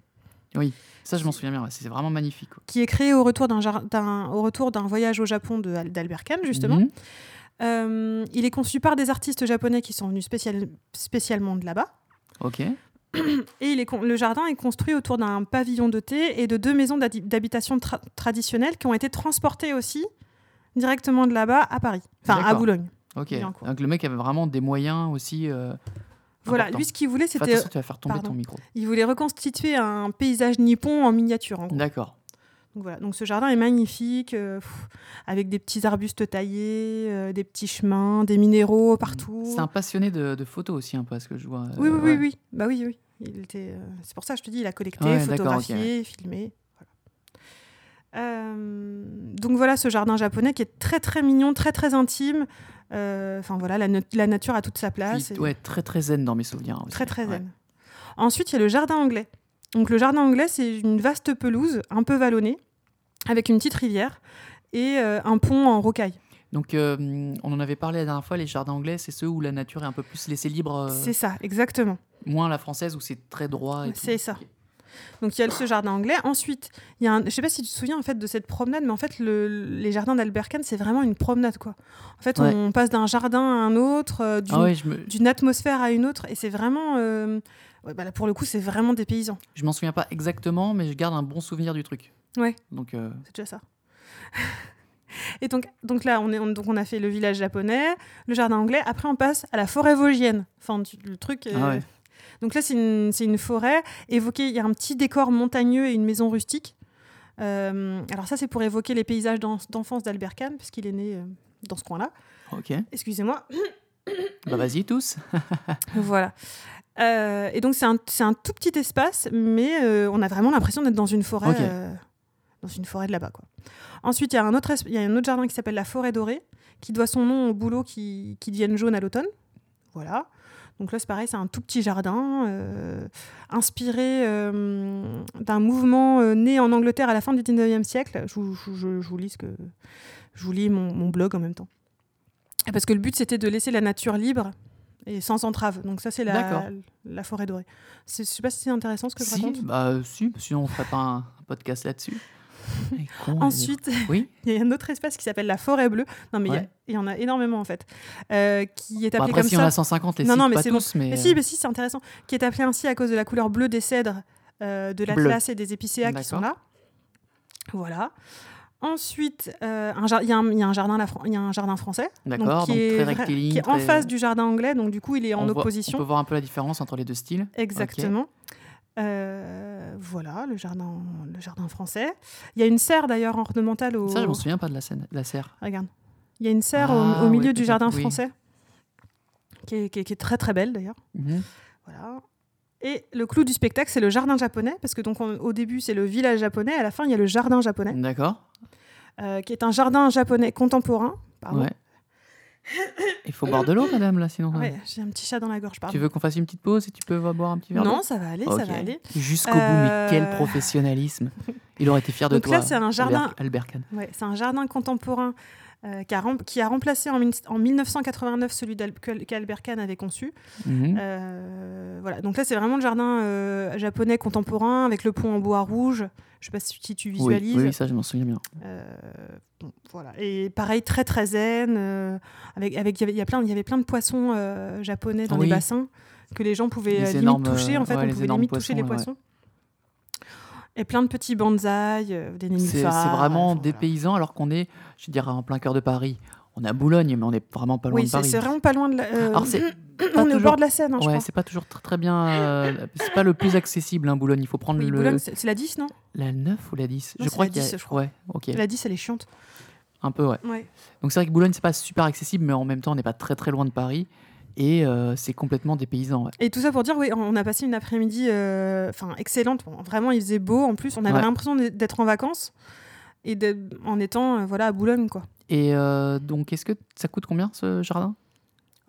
Ça, je m'en souviens bien. ouais, C'est vraiment magnifique. quoi.
qui est créé au retour d'un jar- d'un- au retour d'un voyage au Japon de Al- d'Albert Kahn, justement.
Mhm.
Euh, il est conçu par des artistes japonais qui sont venus spécial- spécialement de là-bas.
Ok.
et il est con- le jardin est construit autour d'un pavillon de thé et de deux maisons d'hadi- d'habitation tra- traditionnelles qui ont été transportées aussi directement de là-bas à Paris, enfin à
D'accord.
Boulogne.
Ok.
Il est en cours.
Donc le mec avait vraiment des moyens aussi. euh,
Voilà,
importants.
lui ce qu'il voulait,
Fais
c'était,
attention, tu vas faire tomber
Pardon.
ton micro.
il voulait reconstituer un paysage nippon en miniature. En gros.
D'accord.
Donc voilà, donc ce jardin est magnifique, euh, pff, avec des petits arbustes taillés, euh, des petits chemins, des minéraux partout.
C'est un passionné de, de photos aussi, un peu, à ce que je vois. euh,
Oui, oui, oui,
ouais.
oui. Bah oui, oui. Il était. euh, C'est pour ça, que je te dis, il a collecté,
Ouais, d'accord, ok,
photographié, filmé. voilà. Euh, donc voilà ce jardin japonais qui est très très mignon, très très intime. Euh, Enfin voilà, la, nat- la nature a toute sa
Puis,
place. et
ouais, très très zen dans mes souvenirs. aussi.
Ah, Très très
Ouais.
zen. Ensuite, il y a le jardin anglais. Donc le jardin anglais, c'est une vaste pelouse un peu vallonnée, avec une petite rivière et euh, un pont en rocaille.
Donc, euh, on en avait parlé la dernière fois, les jardins anglais, c'est ceux où la nature est un peu plus laissée libre, euh,
C'est ça, exactement.
moins la française où c'est très droit. et tout.
C'est ça.
Ok.
Donc il y a ce jardin anglais. Ensuite, il y a un- je sais pas si tu te souviens en fait de cette promenade, mais en fait le- les jardins d'Albert Kahn, c'est vraiment une promenade quoi. En fait,
Ouais.
on passe d'un jardin à un autre, euh, d'une,
Ah ouais, je me-
d'une atmosphère à une autre, et c'est vraiment, euh, ouais, bah là, pour le coup, c'est vraiment des paysans.
je m'en souviens pas exactement, mais je garde un bon souvenir du truc.
Ouais.
Donc, euh,
C'est déjà ça. et donc, donc là, on, est, on- donc on a fait le village japonais, le jardin anglais. Après, on passe à la forêt vosgienne. Enfin, tu- le truc. euh,
Ah ouais.
Donc là, c'est une, c'est une forêt évoquée. Il y a un petit décor montagneux et une maison rustique. Euh, alors ça, c'est pour évoquer les paysages d'en- d'enfance d'Albert Kahn, puisqu'il est né euh, dans ce coin-là.
ok.
Excusez-moi.
Bah, vas-y, tous.
Voilà. Euh, et donc c'est un, c'est un tout petit espace, mais euh, on a vraiment l'impression d'être dans une forêt,
Ok.
euh, dans une forêt de là-bas. Quoi. Ensuite, il y, a un autre es- il y a un autre jardin qui s'appelle la forêt dorée, qui doit son nom au bouleau qui, qui deviennent jaunes à l'automne. Voilà. Donc là, c'est pareil, c'est un tout petit jardin euh, inspiré euh, d'un mouvement euh, né en Angleterre à la fin du 19e siècle. Je, vous- je vous- je- je vous lis, ce que, je vous lis mon, mon blog en même temps. Parce que le but, c'était de laisser la nature libre et sans entrave. Donc ça, c'est
D'accord.
la, la forêt dorée. C'est- Je sais pas si c'est intéressant ce que je
Si,
raconte.
bah, euh, si, sinon on ferait pas un, un podcast là-dessus. Elle est con, elle est-
Ensuite,
Oui,
il y a un autre espace qui s'appelle la forêt bleue. Non, mais il y a-
Ouais.
il y, en a énormément, en fait, euh, qui est
Bah,
appelé
après,
comme
si
ça.
on a 150, les
Non,
six,
non, mais
pas
c'est bon.
tous, mais. euh,
Mais si, mais si, c'est intéressant. Qui est appelé ainsi à cause de la couleur bleue des cèdres, euh, de
Bleu.
l'atlas et des épicéas qui
D'accord.
sont là. Voilà. Ensuite, euh, un jar- il y, a un- il y a un jardin, la Fran- il y a un jardin français,
euh, D'accord,
qui,
donc,
est
très
vra-
rectiligne.
qui est en
très-
face du jardin anglais, donc du coup, il est en
on voit-
opposition.
on peut voir un peu la différence entre les deux styles.
Exactement. Euh, voilà, le jardin, le jardin français. Il y a une serre d'ailleurs ornementale au.
Ça, je m'en souviens pas de la, scène, la serre.
Regarde. Il y a une serre au-
Ah,
au,
oui,
milieu du
peut-être,
jardin
oui.
français, qui est, qui est- qui est très très belle d'ailleurs.
Mhm.
Voilà. Et le clou du spectacle, c'est le jardin japonais, parce que donc on- au début c'est le village japonais, à la fin il y a le jardin
Mm.
japonais,
D'accord.
euh, qui est un jardin japonais contemporain. Pardon.
Ouais. Il faut boire de l'eau, madame, là, sinon.
Ah
euh,
ouais, j'ai un petit chat dans la gorge, pardon.
Tu veux qu'on fasse une petite pause et tu peux boire un petit verre
Non,
d'eau
ça va aller, ça
Ok.
va aller.
Jusqu'au bout, mais quel
Euh,
professionnalisme Il aurait été fier de
Donc
toi.
là, c'est un jardin-
Albert, Albert Kahn.
Ouais, c'est un jardin contemporain euh, qui, a rem- qui a remplacé en, min- en 1989 celui d'Al- que- qu'Albert Kahn avait conçu.
Mhm.
Euh, voilà, donc là c'est vraiment le jardin euh, japonais contemporain avec le pont en bois rouge. Je sais pas si tu- tu
oui,
visualises.
oui, oui, ça, je m'en souviens bien.
Euh, bon, voilà. Et pareil, très très zen. euh, avec, avec, il y avait- il y, a plein- il y avait plein de poissons euh, japonais dans
Oui.
les bassins que les gens pouvaient
Les
euh, limite
énormes,
toucher. En fait,
ouais,
on
les
pouvait
énormes
limite toucher les
poissons,
poissons. Et plein de petits bonsaïs, euh, des
C'est c'est
nénuphars.
vraiment
enfin,
des
voilà.
paysans, alors qu'on est, je dirais, en plein cœur de Paris. On est à Boulogne, mais on est vraiment pas loin
Oui,
de
c'est
Paris.
c'est vraiment pas loin de la. euh,
Alors, c'est pas
on est au
toujours-
bord de la Seine, hein, je
Ouais,
crois.
c'est pas toujours tr- très bien. euh, c'est pas le plus accessible, hein, Boulogne. Il faut prendre
Oui,
le,
Boulogne, c'est c'est la 10, non
la 9 ou la 10
Non,
Je
c'est
crois
la
qu'il y a-
10, je crois.
Ouais, ok.
La 10, elle est chiante.
Un peu, ouais.
Ouais.
Donc c'est vrai que Boulogne, c'est pas super accessible, mais en même temps, on n'est pas très très loin de Paris. Et euh, c'est complètement des paysans. Ouais.
Et tout ça pour dire, oui, on a passé une après-midi euh, enfin excellente. Bon, vraiment, il faisait beau en plus. On avait
Ouais.
l'impression d'être- d'être en vacances et de- en étant euh, voilà, à Boulogne. quoi.
Et euh, donc, est-ce que ça coûte combien ce jardin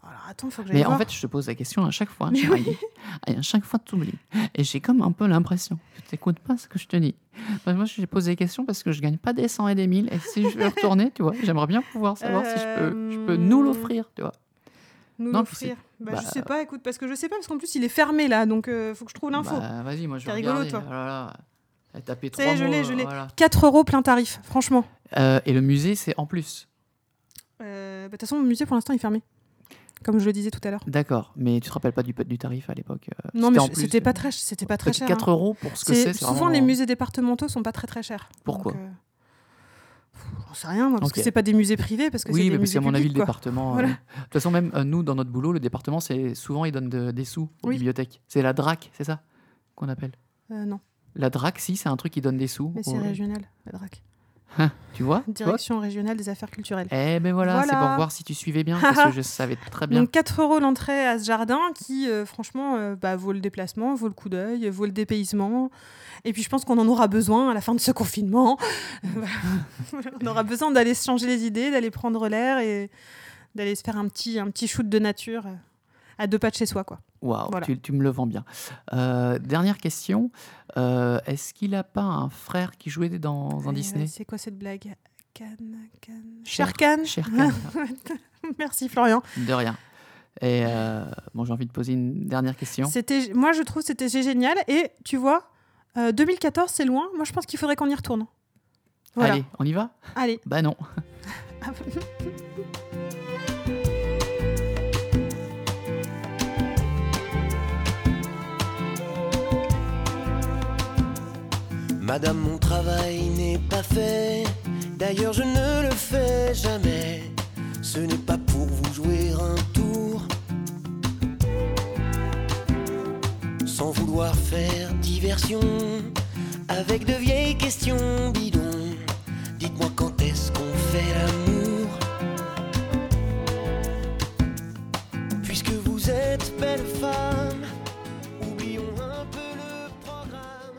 Alors attends, faut que j'aille
Mais en
voir.
fait, je te pose la question à chaque fois.
Mais
tu m'as dit. Et à chaque fois, tu oublies. Et j'ai comme un peu l'impression que tu n'écoutes pas ce que je te dis. Parce que moi, je pose des questions parce que je gagne pas des 100 et des 1000. Et si je veux retourner, tu vois, j'aimerais bien pouvoir savoir si je peux, je peux
Euh,
nous l'offrir, tu vois.
nous
non,
l'offrir. Bah,
bah,
je sais pas, écoute, parce que je sais pas, parce qu'en plus, il est fermé là, donc euh, faut que je trouve l'info.
Bah, Vas-y, moi, je vais
T'es rigolo,
regarder.
toi.
Oh là là. T'as tapé
Ça
trois
y est, je l'ai,
mots,
je l'ai.
voilà.
4 euros plein tarif, franchement.
Euh, et le musée, c'est en plus.
Euh, bah, De toute façon, le musée pour l'instant il est fermé. comme je le disais tout à l'heure.
D'accord, mais tu te rappelles pas du, du tarif à l'époque euh,
Non, mais
en
je-
plus,
c'était pas
euh,
très, ch- c'était pas très
peut-être
cher.
4
hein.
euros pour ce que
C'est-
c'est. c'est
souvent,
vraiment-
les musées départementaux sont pas très très chers.
Pourquoi
Donc, euh, pff, J'en sais rien, moi, parce
Ok.
que c'est pas des musées privés, parce que c'est
Oui,
des
mais parce
musées
qu'à mon avis, le
publics, quoi.
département. euh,
Voilà.
De toute façon, même euh, nous, dans notre boulot, le département, c'est souvent, ils donnent de- des sous aux
Oui.
bibliothèques. C'est la DRAC, c'est ça qu'on appelle
Euh, non,
La DRAC, si, c'est un truc qui donne des sous.
mais c'est
aux-
régional, la DRAC.
Tu vois tu vois
Direction régionale des affaires culturelles.
Eh ben voilà, c'est
Voilà.
pour voir si tu suivais bien, parce que je savais très bien.
Donc 4 euros l'entrée à ce jardin qui, euh, franchement, euh, bah, vaut le déplacement, vaut le coup d'œil, vaut le dépaysement. Et puis je pense qu'on en aura besoin à la fin de ce confinement. Voilà. On aura besoin d'aller se changer les idées, d'aller prendre l'air et d'aller se faire un petit, un petit shoot de nature euh, à deux pas de chez soi. quoi.
Waouh,
Voilà.
tu, tu me le vends bien. Euh, dernière question. Euh, Est-ce qu'il a pas un frère qui jouait dans un
Euh,
Disney
C'est quoi cette blague Cannes, Cannes.
Cher-
Cher Cannes
Cher Khan,
Merci Florian.
de rien. Et euh, bon, j'ai envie de poser une dernière question.
C'était, moi je trouve que c'était génial et tu vois, euh, 2014 c'est loin. Moi je pense qu'il faudrait qu'on y retourne. Voilà.
Allez, Euh, on y va
Allez.
Bah non.
Madame, mon travail n'est pas fait. D'ailleurs, je ne le fais jamais. Ce n'est pas pour vous jouer un tour. Sans vouloir faire diversion. Avec de vieilles questions bidons. Dites-moi quand est-ce qu'on fait l'amour. Puisque vous êtes belle femme, oublions un peu le programme.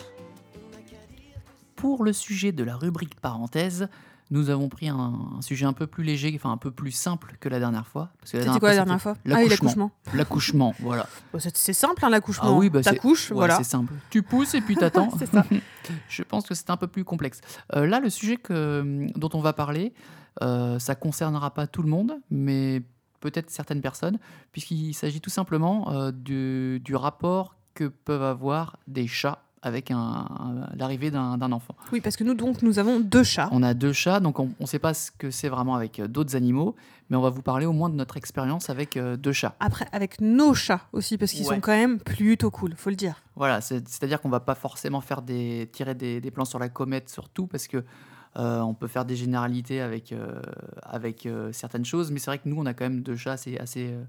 On n'a qu'à dire-
Pour le sujet de la rubrique parenthèse, nous avons pris un, un sujet un peu plus léger, enfin un peu plus simple que la dernière fois. Parce que
C'était quoi la dernière fois Ah oui, l'accouchement.
fois L'accouchement, voilà.
Bon, c'est- c'est simple hein, l'accouchement.
Ah oui, bah,
T'accouches,
Ouais,
voilà.
C'est simple. Tu pousses et puis t'attends.
C'est ça.
Je pense que c'est un peu plus complexe. Euh, là, le sujet que, dont on va parler, euh, ça concernera pas tout le monde, mais peut-être certaines personnes, puisqu'il s'agit tout simplement euh, du, du rapport que peuvent avoir des chats avec un- un- l'arrivée d'un d'un enfant.
Oui, parce que nous donc nous avons deux chats.
On a deux chats, donc on ne sait pas ce que c'est vraiment avec euh, d'autres animaux, mais on va vous parler au moins de notre expérience avec euh, deux chats.
Après avec nos chats aussi parce qu'ils
Ouais.
sont quand même plutôt cool, faut le dire.
Voilà, c'est- c'est-à-dire qu'on va pas forcément faire des, tirer des, des plans sur la comète sur tout parce que euh, on peut faire des généralités avec, euh, avec euh, certaines choses, mais c'est vrai que nous on a quand même deux chats assez, assez euh,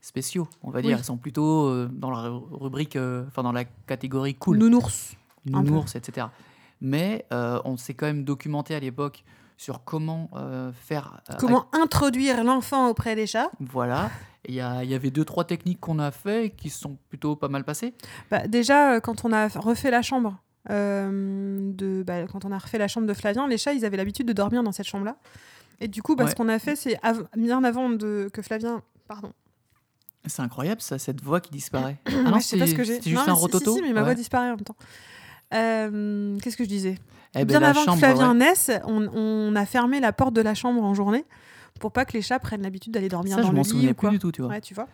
spéciaux, on va dire.
Oui.
Ils sont plutôt euh, dans la ru- rubrique, euh, enfin dans la catégorie cool, Euh,
Nounours. un peu.
nounours, etc. Mais euh, on s'est quand même documenté à l'époque sur comment euh, faire. euh,
Comment introduire l'enfant auprès des chats
Voilà. Et Il y, a- il y avait deux trois techniques qu'on a fait et qui se sont plutôt pas mal passées.
Bah, Déjà euh, quand on a refait la chambre. euh, de, bah, quand on a refait la chambre de Flavien, les chats, ils avaient l'habitude de dormir dans cette chambre-là. Et du coup, bah,
Ouais.
ce qu'on a fait, c'est av- bien avant de, que Flavien... Pardon.
C'est incroyable, ça, cette voix qui disparaît. Ah
Ouais,
non,
je sais pas
c'est-
ce que j'ai.
c'était juste
Non,
un
mais si- si,
rototo.
Si, mais ma voix
Ouais.
disparaît en même temps. Euh, Qu'est-ce que je disais
Eh ben,
Bien
la
avant
chambre,
que Flavien
ouais.
naisse, on, on a fermé la porte de la chambre en journée pour pas que les chats prennent l'habitude d'aller dormir
Ça,
dans
je
le
m'en
lit
souvenais
ou quoi.
plus du tout, tu vois.
Ouais, tu vois.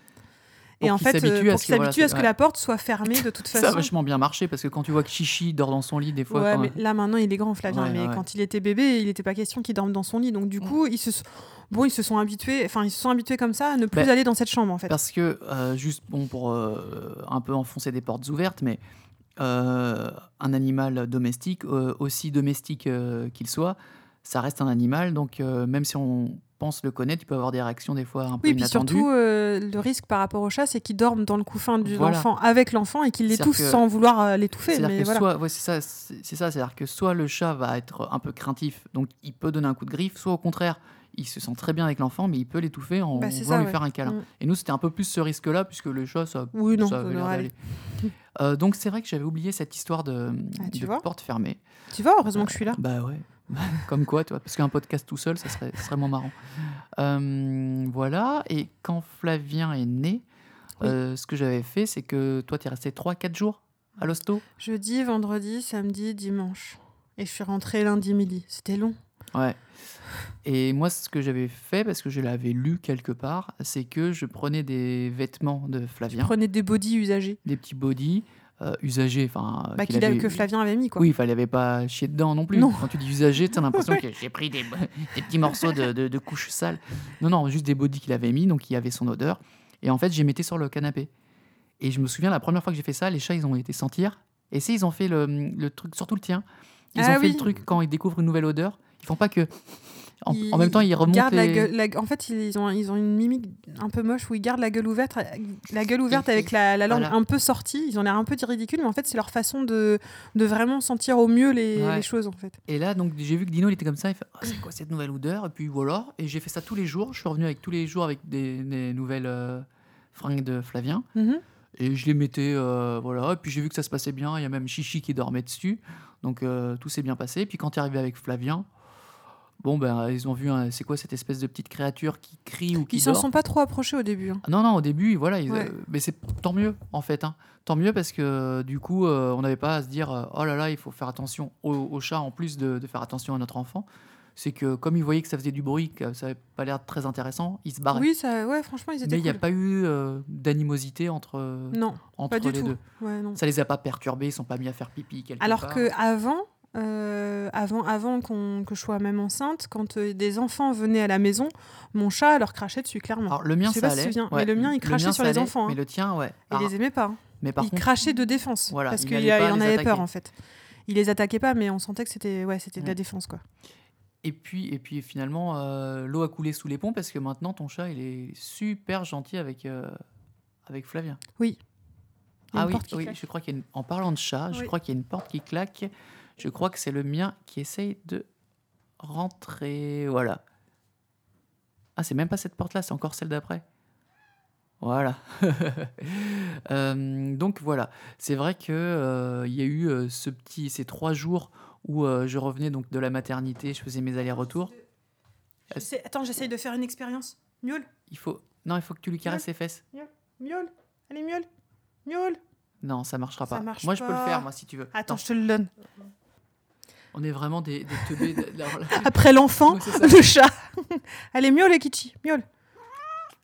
Pour
et en
qu'ils
fait, euh,
s'habituent à
pour
ce
qu'ils
que- voilà,
s'habituent à ce
c'est-
que la porte soit fermée de toute
Ça a
façon.
vachement bien marché parce que quand tu vois que Chichi dort dans son lit des fois,
Ouais,
quand-
mais là maintenant il est grand Flavien,
Ouais, Mm.
mais
ouais.
quand il était bébé, il n'était pas question qu'il dorme dans son lit. Donc du coup, ils se sont... bon, ils se sont habitués, enfin ils se sont habitués comme ça à ne plus
Bah,
aller dans cette chambre en fait.
parce que euh, juste bon pour euh, un peu enfoncer des portes ouvertes, mais euh, un animal domestique, euh, aussi domestique euh, qu'il soit, ça reste un animal. Donc euh, même si on pense le connaître, il peut avoir des réactions des fois un peu
Oui, puis
inattendues.
surtout, euh, le risque par rapport au chat, c'est qu'il dorme dans le couffin de
Voilà.
l'enfant avec l'enfant et qu'il
C'est-à-dire
l'étouffe
que-
sans vouloir euh, l'étouffer.
C'est-à-dire
Mais
que
voilà.
soit, ouais, c'est ça, c'est c'est ça, c'est-à-dire que soit le chat va être un peu craintif, donc il peut donner un coup de griffe, soit au contraire, il se sent très bien avec l'enfant, mais il peut l'étouffer en
Bah, c'est
voulant
ça,
lui
ouais.
faire un câlin.
Mm.
Et nous, c'était un peu plus ce risque-là, puisque le chat, ça,
Oui, non,
ça
ça
avait l'air
devrait aller.
d'aller. Euh, donc c'est vrai que j'avais oublié cette histoire de,
Ah, tu
de
vois Ah.
porte fermée.
Tu vois, heureusement que je suis là.
Bah ouais, comme quoi, tu vois, parce qu'un podcast tout seul, ça serait, ça serait moins marrant. Euh, voilà, et quand Flavien est né,
Oui.
euh, ce que j'avais fait, c'est que toi, tu es resté 3-4 jours à l'hosto.
Jeudi, vendredi, samedi, dimanche. Et je suis rentrée lundi midi. C'était long.
Ouais. Et moi, ce que j'avais fait, parce que je l'avais lu quelque part, c'est que je prenais des vêtements de Flavien,
Prenez des body usagés.
des petits bodys euh, usagés, enfin. euh,
Bah,
qu'il
qu'il a-
avait-
que Flavien avait mis, quoi.
Oui, il fallait pas chier dedans non plus.
Non.
Quand tu dis usagé, t'as l'impression que j'ai pris des, des petits morceaux de, de, de couches sales. Non, non, juste des bodys qu'il avait mis, donc il y avait son odeur. Et en fait, j'ai mettais sur le canapé. Et je me souviens, la première fois que j'ai fait ça, les chats, ils ont été sentir. Et si ils ont fait le, le truc, surtout le tien. Ils
Ah
ont fait
oui.
le truc quand ils découvrent une nouvelle odeur. Ils font pas que. En, en
Ils
même temps, ils remontent.
gardent la
les-
gueule- la gue- en fait, ils ont, ils ont une mimique un peu moche où ils gardent la gueule ouverte, la gueule ouverte
Et-
avec la, la langue
voilà.
un peu sortie. Ils ont l'air un peu ridicules, mais en fait, c'est leur façon de, de vraiment sentir au mieux les,
Ouais.
les choses. En fait.
Et là, donc, j'ai vu que Dino, il était comme ça. Il fait Ah, C'est quoi cette nouvelle odeur Et puis voilà. Et j'ai fait ça tous les jours. Je suis revenu avec tous les jours avec des, des nouvelles euh, fringues de Flavien.
Mhm.
Et je les mettais, euh, voilà. Et puis j'ai vu que ça se passait bien. Il y a même Chichi qui dormait dessus. Donc euh, tout s'est bien passé. Puis quand il est arrivé avec Flavien, bon, ben, ils ont vu, un- c'est quoi cette espèce de petite créature qui crie ou qui
Ils s'en
dort
sont pas trop approchés au début. hein.
Ah Non, non, au début, voilà. ils-
Ouais.
euh, mais c'est tant mieux, en fait. hein. Tant mieux parce que euh, du coup, euh, on n'avait pas à se dire euh, oh là là, il faut faire attention au, au chat en plus de, de faire attention à notre enfant. C'est que comme ils voyaient que ça faisait du bruit, que ça n'avait pas l'air très intéressant, ils se barraient.
Oui, ça, ouais, franchement, ils étaient.
Ah mais il n'y a
cool.
pas eu euh, d'animosité entre, euh,
Non,
entre
pas du
les
tout.
deux.
Ouais, non.
Ça les a pas perturbés, ils sont pas mis à faire pipi quelque
Alors
part.
que avant, euh, avant, avant qu'on- que je sois même enceinte, quand euh, des enfants venaient à la maison, mon chat leur crachait dessus clairement.
Alors, le mien,
Je sais
ça
pas si tu te
allait.
souviens, mais le mien, il crachait
mien,
sur
ça
les
allait,
enfants, hein.
Mais le tien, ouais.
Il
Ah,
les aimait pas. hein.
mais par
il
contre,
crachait de défense
Voilà,
parce
il
qu'il
n'allait
a-
pas
il en
les
avait
attaquer.
peur en fait. Il les attaquait pas, mais on sentait que c'était ouais, c'était de la
Ouais.
défense quoi.
et puis, et puis finalement, euh, l'eau a coulé sous les ponts parce que maintenant, ton chat, il est super gentil avec, euh, avec Flavien.
Il y a
Ah
une
oui,
porte qui
oui,
claque.
je crois qu'il y a une- en parlant de chat, je
Oui.
crois qu'il y a une porte qui claque. Je crois que c'est le mien qui essaye de rentrer. Voilà. Ah, c'est même pas cette porte-là, c'est encore celle d'après. Voilà. Euh, donc voilà, c'est vrai que euh, il y a eu euh, ce petit, ces trois jours où euh, je revenais donc de la maternité, je faisais mes allers-retours.
J'essaie- Attends, j'essaye de faire une expérience. Miaule,
Il faut, non, il faut que tu lui caresses les fesses.
miaule, allez miaule, miaule.
Non, ça marchera
Ça
pas.
marche
moi, je peux le
pas.
faire, moi, si tu veux.
Attends,
Non,
je te le donne.
on est vraiment des, des teubés. de- de- alors là-
Après l'enfant,
Ouais, c'est ça.
le chat. allez miaule Ekichi, miaule.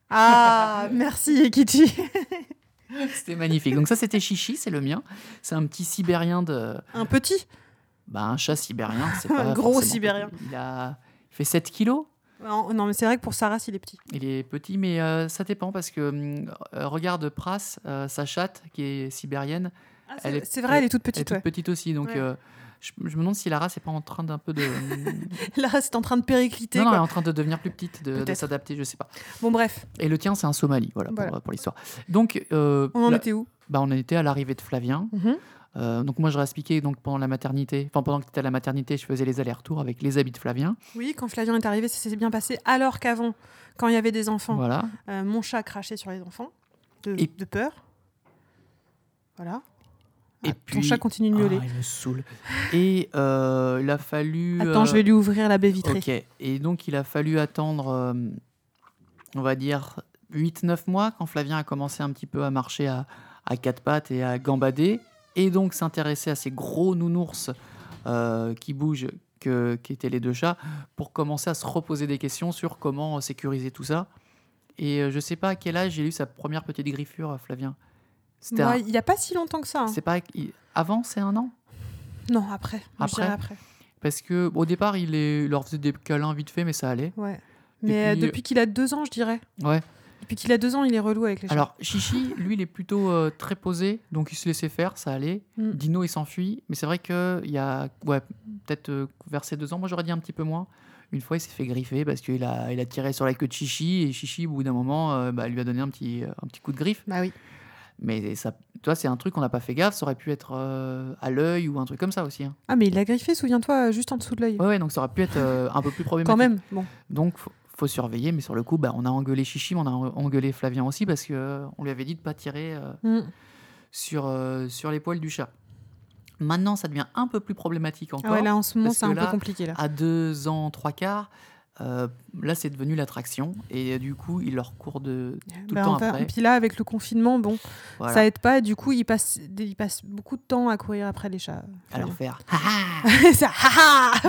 Ah, merci Ekichi.
C'était magnifique. Donc ça, c'était Chichi, c'est le mien. C'est un petit sibérien de...
Un petit.
Bah, un chat sibérien, c'est pas
Un gros
forcément-
Sibérien.
Il, a... il fait 7 kilos.
Non, non, mais c'est vrai que pour sa race, il est petit.
Il est petit, mais euh, ça dépend parce que hum, euh, regarde Pras, euh, sa chatte qui est sibérienne, c'est- Elle est-
Ah, c'est vrai, elle est toute
elle est
petite.
toute
Ouais.
petite aussi. Donc
Ouais.
euh, je, je me demande si la race est pas en train d'un peu de... hum,
La race est en train de péricliter.
non, non, elle est
quoi.
en train de devenir plus petite, de- de,
Peut-être.
s'adapter, je sais pas.
Bon, bref,
Et le tien, c'est un Somali, voilà, pour-
Voilà.
pour, l'histoire. Donc, euh,
on en
là-
était où
bah, on était à l'arrivée de Flavien.
Mhm.
Euh, donc moi, je expliqué donc pendant la maternité, enfin pendant que tu étais à la maternité, je faisais les allers-retours avec les habits de Flavien.
Oui, quand Flavien est arrivé, ça s'est bien passé. Alors qu'avant, quand il y avait des enfants,
Voilà.
euh, mon chat crachait sur les enfants de,
Et-
de peur. Voilà.
Et
Ah,
puis-
Ton chat continue de
Ah,
miauler.
il me saoule. Et euh, il a fallu.
Attends, je vais lui ouvrir la baie vitrée.
Ok. Et donc il a fallu attendre, euh, on va dire 8-9 mois quand Flavien a commencé un petit peu à marcher à, à quatre pattes et à gambader et donc s'intéresser à ces gros nounours euh, qui bougent que qu'étaient les deux chats pour commencer à se reposer des questions sur comment sécuriser tout ça. Et euh, je sais pas à quel âge il a eu sa première petite griffure, euh, Flavien. C'était un-
Ouais, il n'y a pas si longtemps que ça. hein.
c'est pas il- avant, c'est un an.
Non, après.
Après
Après. après.
Parce que au départ, il, les- il leur faisait des câlins vite fait, mais ça allait.
Ouais.
Et
Mais euh,
puis-
depuis qu'il a deux ans, je dirais.
Ouais.
Depuis qu'il a deux ans, il est relou avec les chats.
Alors Chichi, lui, il est plutôt euh, très posé, donc il se laissait faire, ça allait.
Mm.
Dino, il s'enfuit, mais c'est vrai que il y a, ouais, peut-être euh, vers ses deux ans, moi j'aurais dit un petit peu moins. Une fois, il s'est fait griffer parce qu'il a, il a tiré sur la queue de Chichi et Chichi, au bout d'un moment, euh, bah, lui a donné un petit, euh, un petit coup de griffe.
Bah oui.
Mais ça, toi, c'est un truc qu'on n'a pas fait gaffe. Ça aurait pu être euh, à l'œil ou un truc comme ça aussi. hein.
Ah, mais il l'a griffé, souviens-toi, euh, juste en dessous de l'œil.
Ouais, ouais, donc ça aurait pu être euh, un peu plus problématique.
Quand même. Bon.
Donc, faut, faut surveiller. Mais sur le coup, bah, on a engueulé Chichi, mais on a engueulé Flavien aussi parce que euh, on lui avait dit de pas tirer euh,
Mm.
sur, euh, sur les poils du chat. Maintenant, ça devient un peu plus problématique
Ah
encore.
ouais, là, en ce moment,
Parce
c'est
que
un
là,
peu compliqué. Là.
À deux ans, trois quarts, euh, là, c'est devenu l'attraction. Et euh, du coup, il leur court de tout
Bah,
le temps
enfin,
après.
Puis là, avec le confinement, bon,
Voilà.
ça aide pas. Du coup, ils passent, ils passent beaucoup de temps à courir après les chats.
à leur faire.
ça, ha, ha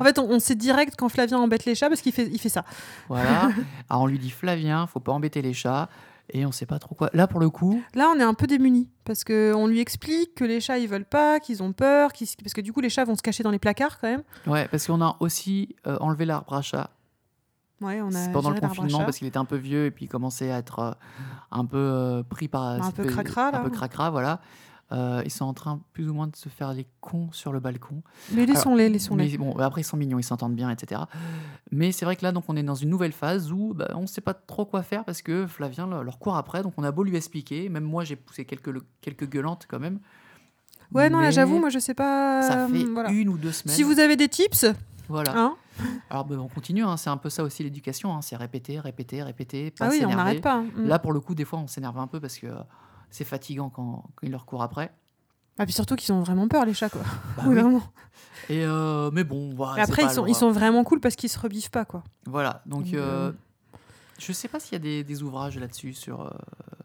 en fait, on, on sait direct quand Flavien embête les chats parce qu'il fait, il fait ça.
Voilà. Alors, on lui dit Flavien, faut pas embêter les chats. Et on sait pas trop quoi. Là, pour le coup,
Là, on est un peu démunis parce que on lui explique que les chats ils veulent pas, qu'ils ont peur, qu'ils- parce que du coup, les chats vont se cacher dans les placards quand même.
ouais, parce qu'on a aussi euh, enlevé l'arbre à chat
Ouais, on a
C'est pendant le
géré l'arbre à
confinement
chat.
parce qu'il était un peu vieux et puis il commençait à être euh, un peu euh, pris par
un
cette
peu
espèce-
cracra, là.
un peu cracra, voilà. Euh, ils sont en train plus ou moins de se faire les cons sur le balcon.
Mais laissons-les, laissons-les.
Ah, Mais bon, bah, après ils sont mignons, ils s'entendent bien, etc. Mais c'est vrai que là, donc on est dans une nouvelle phase où bah, on ne sait pas trop quoi faire parce que Flavien le- leur court après, donc on a beau lui expliquer, même moi j'ai poussé quelques quelques gueulantes quand même.
Ouais, non, là,
Mais
j'avoue, moi, je sais pas.
Ça fait
euh, voilà.
une ou deux semaines.
Si vous avez des tips,
Voilà.
hein
Alors ben, on continue, hein, c'est un peu ça aussi l'éducation, hein, c'est répéter, répéter, répéter, pas
Ah oui, on
s'énerver.
n'arrête pas. hein. Mm.
Là pour le coup, des fois on s'énerve un peu parce que euh, c'est fatigant quand, quand il leur court après.
Ah, puis surtout qu'ils ont vraiment peur, les chats, quoi. Au
Bah
bout
oui.
d'un moment.
Et euh, mais bon, voilà.
Mais
c'est
après,
pas
ils sont,
le-
ils sont vraiment cool parce qu'ils se rebiffent pas, quoi.
Voilà, donc
Donc,
euh,
euh,
je sais pas s'il y a des, des ouvrages là-dessus sur. euh,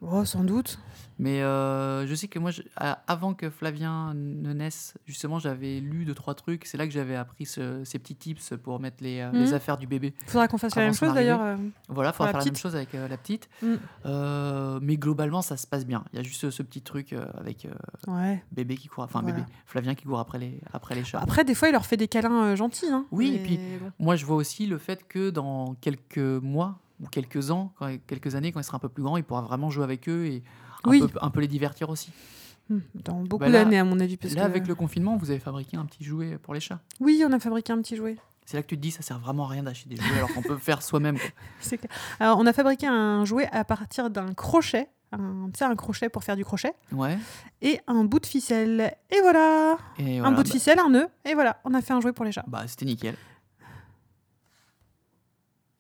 Oh, sans doute.
Mais euh, je sais que moi, je- à- avant que Flavien ne naisse, justement, j'avais lu deux trois trucs. C'est là que j'avais appris ce- ces petits tips pour mettre les, euh, les
Mhm.
affaires du bébé.
Faudra qu'on fasse la
Avant
même
son
chose, d'ailleurs. euh,
Voilà,
Pour la
faudra faire la même
petite.
chose avec euh, la petite.
Mhm.
Euh, mais globalement, ça se passe bien. Il y a juste euh, ce petit truc euh, avec euh,
Ouais.
bébé qui court, enfin
Voilà.
bébé, Flavien qui court après les après les chats.
Après, des fois, il leur fait des câlins euh, gentils. hein.
Oui, et
Mais
puis-
bon.
Moi, je vois aussi le fait que dans quelques mois ou quelques ans, quand- quelques années, quand il sera un peu plus grand, il pourra vraiment jouer avec eux et un,
Oui.
peu, un peu les divertir aussi.
Hmm, Dans beaucoup
Bah là-
d'années, à mon avis. Parce
là,
que-
avec le confinement, vous avez fabriqué un petit jouet pour les chats.
Oui, on a fabriqué un petit jouet.
C'est là que tu te dis, ça sert vraiment à rien d'acheter des jouets alors qu'on peut faire soi-même. quoi.
C'est clair. Alors, on a fabriqué un jouet à partir d'un crochet. Un, tu sais, un crochet pour faire du crochet.
Ouais.
Et un bout de ficelle. Et voilà
Et
Un
voilà,
bout de
bah-
ficelle, un nœud. Et voilà, on a fait un jouet pour les chats.
Bah, c'était nickel. Et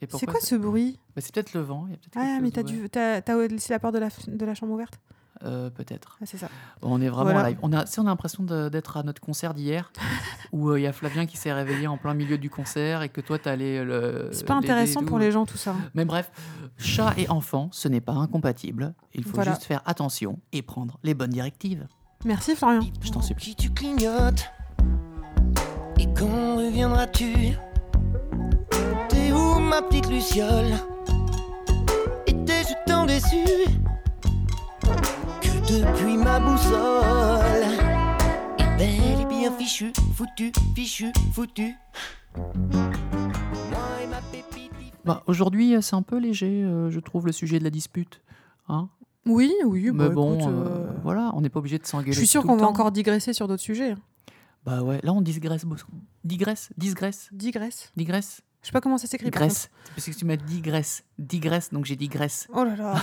C'est
pourquoi
quoi
ça-
ce bruit
Bah, C'est peut-être le vent. il y a peut-être quelque
Ah, mais
chose,
t'as
ouais.
dû- t'as- t'as laissé la porte de la, f- de la chambre ouverte
Euh, peut-être.
Ah, c'est ça.
Bon, on est vraiment
Voilà.
live. On a, tu sais, on a l'impression de- d'être à notre concert d'hier, où euh, il y a Flavien qui s'est réveillé en plein milieu du concert et que toi, t'as allé euh, le.
C'est pas intéressant pour les gens, tout ça. hein.
Mais bref, chat et enfant, ce n'est pas incompatible. Il faut
Voilà.
juste faire attention et prendre les bonnes directives.
Merci, Florian.
Dis
Je t'en supplie.
Qui tu clignotes Et quand reviendras-tu T'es où ma petite luciole Étais-je tant déçu Que depuis ma boussole Est belle et bien fichue, foutu, fichu, foutu Moi et ma pépite
Bah, Aujourd'hui, euh, c'est un peu léger, euh, je trouve, le sujet de la dispute. Hein
Oui, oui,
Mais
bah,
bon,
écoute,
euh,
euh,
voilà, on n'est pas obligé de s'engueuler.
je suis sûre
tout
qu'on
le
va
temps.
encore digresser sur d'autres sujets. hein.
Bah ouais, là on digresse, boss- digresse, digresse,
Digresse.
digresse,
Je sais pas comment ça s'écrit. par
digresse. C'est parce que tu m'as dit digresse, digresse, donc j'ai dit graisse.
contre. Oh là là.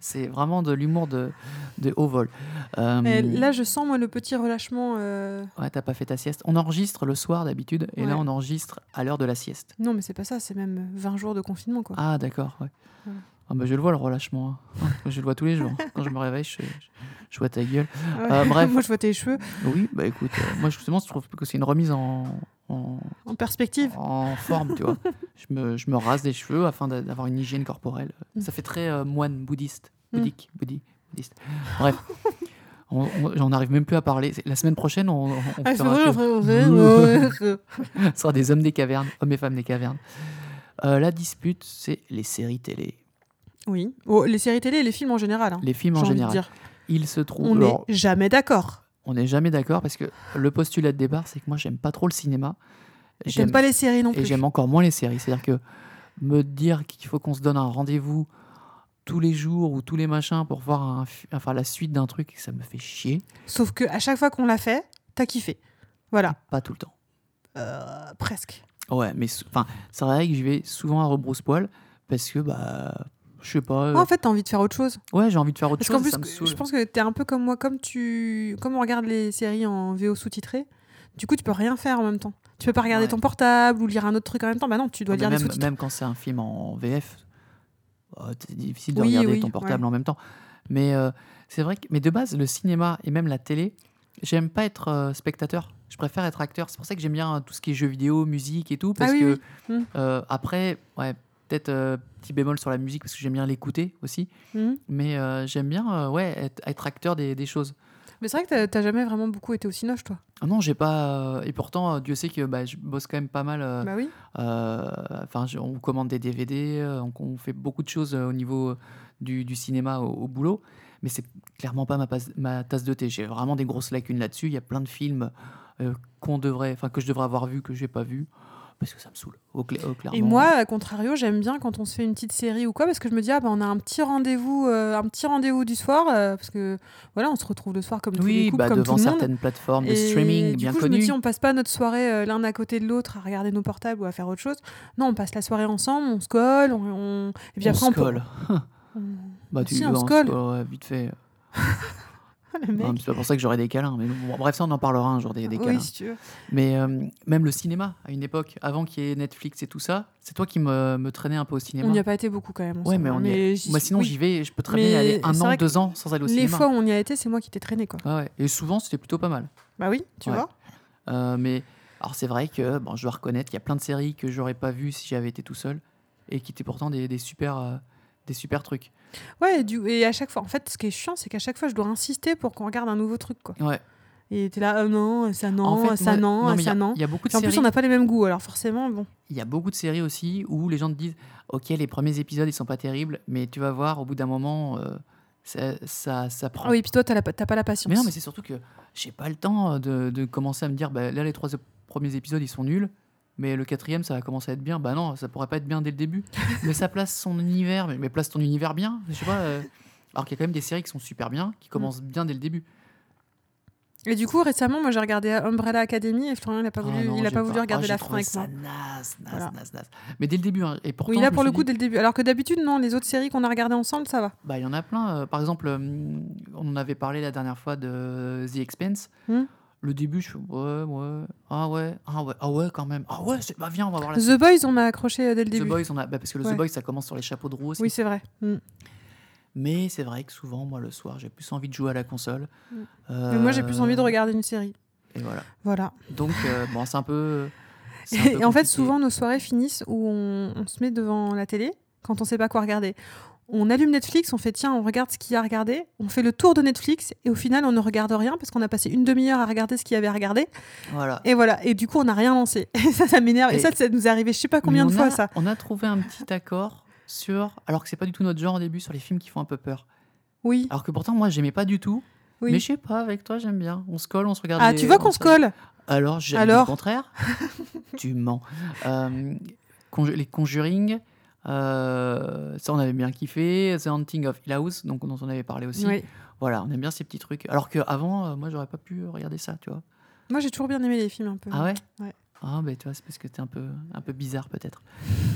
C'est vraiment de l'humour de, de haut vol. Euh,
Eh, là, je sens moi le petit relâchement. euh,
Ouais, t'as pas fait ta sieste. On enregistre le soir d'habitude, et là
Ouais.
on enregistre à l'heure de la sieste.
Non, mais c'est pas ça. C'est même 20 jours de confinement, quoi.
Ah, d'accord, ouais.
Ouais.
Ah bah, je le vois le relâchement. hein. Je le vois tous les jours. Quand je me réveille, je, je- je vois ta gueule.
Ah Ouais.
euh, bref.
moi, je vois tes cheveux
Oui, bah écoute, euh, moi justement, je trouve que c'est une remise en, en,
en perspective.
en forme, tu vois. Je me, je me rase les cheveux afin d'a- d'avoir une hygiène corporelle.
Mm.
Ça fait très euh, moine bouddhiste.
Mm.
Bouddhique, boudi- bouddhiste. Bref. On- on- J'en arrive même plus à parler. C'est- La semaine prochaine, on, on- on
Ah, c'est
fera
vrai,
que-
vrai, vrai, vrai, vrai.
ce sera des hommes des cavernes, hommes et femmes des cavernes. Euh, la dispute, c'est les séries télé,
oui. Oh, les séries télé et les films en général. hein,
les films
J'ai
en
envie de
général.
dire.
Il se trouve.
On
alors,
n'est jamais d'accord.
on n'est jamais d'accord parce que le postulat de départ, c'est que moi, j'aime pas trop le cinéma.
J'aime pas les séries non
et
plus.
j'aime encore moins les séries. C'est-à-dire que me dire qu'il faut qu'on se donne un rendez-vous tous les jours ou tous les machins pour voir un fi- enfin, la suite d'un truc, ça me fait chier.
Sauf que à chaque fois qu'on l'a fait, t'as kiffé. Voilà.
Pas tout le temps.
Euh, presque.
Ouais, mais sou- enfin, c'est vrai que je vais souvent à rebrousse-poil parce que, bah, je sais pas. euh,
Oh, en fait, t'as envie de faire autre chose.
ouais, j'ai envie de faire autre
Parce
chose.
qu'en plus,
ça me saoule.
je pense que t'es un peu comme moi, comme tu, comme on regarde les séries en VO sous-titré, du coup, tu peux rien faire en même temps. Tu peux pas regarder
Ouais.
ton portable ou lire un autre truc en même temps. Bah non, tu dois
Mais
lire les
même,
sous-titres.
même quand c'est un film en VF, euh, c'est difficile de
Oui,
regarder
oui,
ton portable en même temps. Mais euh, c'est vrai que mais de base, le cinéma et même la télé, j'aime pas être euh, spectateur. Je préfère être acteur. C'est pour ça que j'aime bien euh, tout ce qui est jeux vidéo, musique et tout. Parce
oui,
que
oui. Mm.
euh, après, ouais, peut-être euh, petit bémol sur la musique parce que j'aime bien l'écouter aussi.
Mhm.
Mais euh, j'aime bien euh, ouais, être, être acteur des, des choses.
Mais c'est vrai que t'as- t'as jamais vraiment beaucoup été aussi noche, toi.
Ah non, j'ai pas. euh, et pourtant, euh, Dieu sait que bah, je bosse quand même pas mal. euh,
Bah oui.
euh, Enfin, je- on commande des DVD, euh, on, on fait beaucoup de choses euh, au niveau euh, du, du cinéma au, au boulot, mais c'est clairement pas ma, passe- ma tasse de thé. J'ai vraiment des grosses lacunes là-dessus. Il y a plein de films euh, qu'on devrait, enfin que je devrais avoir vu que j'ai pas vu. parce que ça me saoule. Au cla- au clairement.
Et moi, à contrario, j'aime bien quand on se fait une petite série ou quoi, parce que je me dis, ah bah, on a un petit rendez-vous euh, un petit rendez-vous du soir, euh, parce que voilà, on se retrouve le soir comme tous les
oui,
couples,
bah,
comme
devant
tout le monde.
certaines plateformes de
Et
streaming
du
bien
coup,
connues.
Je me dis, on passe pas notre soirée euh, l'un à côté de l'autre à regarder nos portables ou à faire autre chose. Non, on passe la soirée ensemble, on se colle, on, on- et puis
on
après
se
on peut- Ah,
colle.
on-
Bah, tu
Si, on
ouais,
se
on
colle.
colle, ouais, vite fait.
Le mec.
Non, mais c'est pas pour ça que j'aurais des câlins. Mais bon, bref, ça, on en parlera un jour des, des câlins.
oui, si tu veux.
Mais euh, même le cinéma, à une époque, avant qu'il y ait Netflix et tout ça, c'est toi qui me, me traînais un peu au cinéma.
On n'y a pas été beaucoup quand même.
Ouais,
ensemble,
mais on y
j'y-
Moi, sinon,
oui.
j'y vais, je peux très bien
Mais
y aller un
c'est
an,
vrai que
deux ans sans aller au
Les
cinéma.
fois où on y a été, c'est moi qui t'ai traîné quoi.
Ouais, ouais. Et souvent, c'était plutôt pas mal.
Bah oui, tu
Ouais.
vois.
Euh, mais alors, c'est vrai que bon, je dois reconnaître qu'il y a plein de séries que j'aurais pas vues si j'avais été tout seul et qui étaient pourtant des, des super, euh, des super trucs.
Ouais, et, du- et à chaque fois, en fait, ce qui est chiant, c'est qu'à chaque fois, je dois insister pour qu'on regarde un nouveau truc quoi.
Ouais.
Et t'es là, ah non, ça non,
en fait,
ah, ça
moi-
non,
non,
ah,
mais il y a-
ça non.
Il y a beaucoup de
Puis en
séries.
plus, on n'a pas les mêmes goûts, alors forcément, bon.
Il y a beaucoup de séries aussi où les gens te disent Ok, les premiers épisodes, ils sont pas terribles, mais tu vas voir, au bout d'un moment, euh, ça, ça, ça prend.
Ah oui, puis toi, t'as la- t'as pas la patience.
mais non, mais c'est surtout que j'ai pas le temps euh, de, de commencer à me dire bah, Là, les trois premiers épisodes, ils sont nuls, mais le quatrième, ça va commencer à être bien. Bah non, ça pourrait pas être bien dès le début. mais ça place son univers, mais, mais place ton univers bien. Je sais pas. euh, alors qu'il y a quand même des séries qui sont super bien, qui commencent
Mm.
bien dès le début.
Et du coup, récemment, moi, j'ai regardé Umbrella Academy et Florian, il n'a pas voulu,
Ah non,
il a
j'ai
pas voulu
Ah,
regarder
j'ai
la fin
trouvé
avec
ça
moi.
naze, naze,
Voilà.
naze, naze. Mais dès le début, hein, et pourtant.
Oui, là,
je
pour
me
le
suis
coup,
dit,
dès le début. Alors que d'habitude, non, les autres séries qu'on a regardées ensemble, ça va.
Bah, il y en a plein. Euh, Par exemple, euh, on en avait parlé la dernière fois de euh, The Expense.
Hmm.
Le début, je fais ouais, ouais, ah ouais, ah ouais, ah ouais, quand même. Ah ouais, c'est- bah viens, on va voir la
The Boys, on a accroché euh, dès le
The
début.
Boys, on a... bah, parce que le
Ouais.
The Boys, ça commence sur les chapeaux de roue aussi. Euh,
Oui, c'est vrai. Mm.
Mais c'est vrai que souvent, moi, le soir, j'ai plus envie de jouer à la console.
Mm.
Euh,
Mais moi, j'ai plus envie de regarder une série.
Et voilà.
Voilà.
Donc, euh, bon, c'est un peu. c'est un peu
Et en fait,
compliqué.
souvent, nos soirées finissent où on, on se met devant la télé quand on sait pas quoi regarder. On allume Netflix, on fait tiens, on regarde ce qu'il y a à regarder, on fait le tour de Netflix et au final, on ne regarde rien parce qu'on a passé une demi-heure à regarder ce qu'il y avait à regarder.
Voilà.
Et voilà. Et du coup, on n'a rien lancé. Et ça, ça m'énerve. Et,
Et-
ça, ça nous est arrivé je sais pas combien
Mais
de
on
fois,
a-
ça.
On a trouvé un petit accord sur. Alors que c'est pas du tout notre genre au début, sur les films qui font un peu peur.
Oui.
Alors que pourtant, moi, j'aimais pas du tout.
oui.
Ah, Mais je sais pas, avec toi j'aime bien. On se colle, on se regarde.
Ah,
les-
tu vois
on
qu'on se colle
Alors, j'ai
Alors
le contraire. tu mens. Euh, Conju- les Conjuring, euh, ça on avait bien kiffé. The Hunting of Hill House, donc dont on avait parlé aussi.
Oui.
Voilà, on aime bien ces petits trucs. Alors qu'avant, moi j'aurais pas pu regarder ça, tu vois.
Moi, j'ai toujours bien aimé les films un peu.
Ah ouais
Mm. Ouais.
Ah ben tu vois, c'est parce que t'es un peu, un peu bizarre peut-être.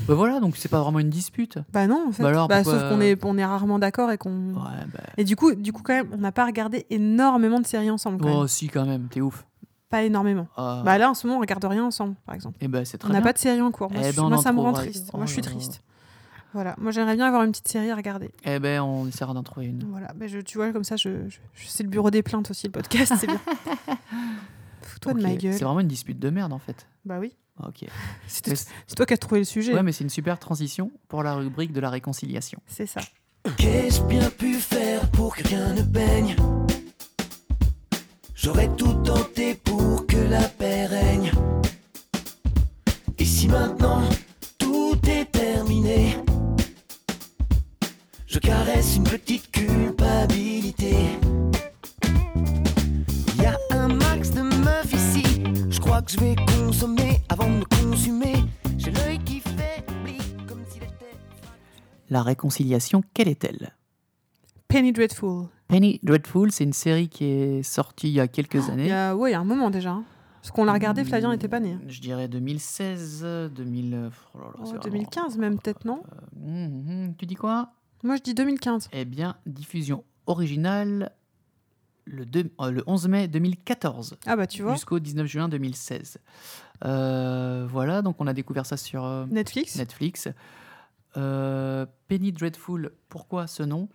ben voilà, donc c'est pas vraiment une dispute.
Bah non, en fait.
Bah alors,
Bah,
pourquoi-
sauf qu'on est, on est rarement d'accord et qu'on.
Ouais, ben.
Et du coup, du coup, quand même, on n'a pas regardé énormément de séries ensemble. quand
Oh
même.
si quand même, t'es ouf.
Pas énormément.
Ah,
Bah là, en ce moment, on regarde rien ensemble, par exemple.
eh ben c'est très
on n'a
bien.
pas de série en cours. Moi,
Eh
je suis-
ben, on
moi,
en
ça me rend
trouvera-
triste.
Oh
moi, je suis
là là.
triste. Voilà. Moi, j'aimerais bien avoir une petite série à regarder.
Eh ben on essaiera d'en trouver une.
Voilà. Mais je, tu vois, comme ça, je, je- je- c'est le bureau des plaintes aussi, le podcast. C'est bien. Fous-toi de
Ok,
ma gueule.
C'est vraiment une dispute de merde en fait.
Bah oui.
Ok.
C'est
Mais
c'est toi qui as trouvé le sujet.
Ouais, mais c'est une super transition pour la rubrique de la réconciliation.
C'est ça.
Qu'ai-je bien pu faire pour que rien ne baigne J'aurais tout tenté pour que la paix règne. Et si maintenant tout est terminé, je caresse une petite culpabilité. Y a un max de meufs ici, je crois que je vais consommer avant de me consumer. J'ai l'œil qui fait blic comme s'il était.
La réconciliation, quelle est-elle
Penny Dreadful.
Penny Dreadful, c'est une série qui est sortie il y a quelques
Il
années.
y a, ouais, il y a un moment déjà. hein. Parce qu'on Oh, l'a regardé, Flavien
Hmm,
n'était pas né.
Je dirais 2016, 2000. oh là là,
Oh,
c'est vraiment-
2015 même, peut-être, non
Hmm, hmm, tu dis quoi
Moi, je dis 2015.
Eh bien, diffusion originale le, deux- euh, le 11 mai 2014
Ah bah, tu vois.
jusqu'au 19 juin 2016. Euh, voilà, donc on a découvert ça sur euh,
Netflix.
Netflix. Euh, Penny Dreadful, pourquoi ce nom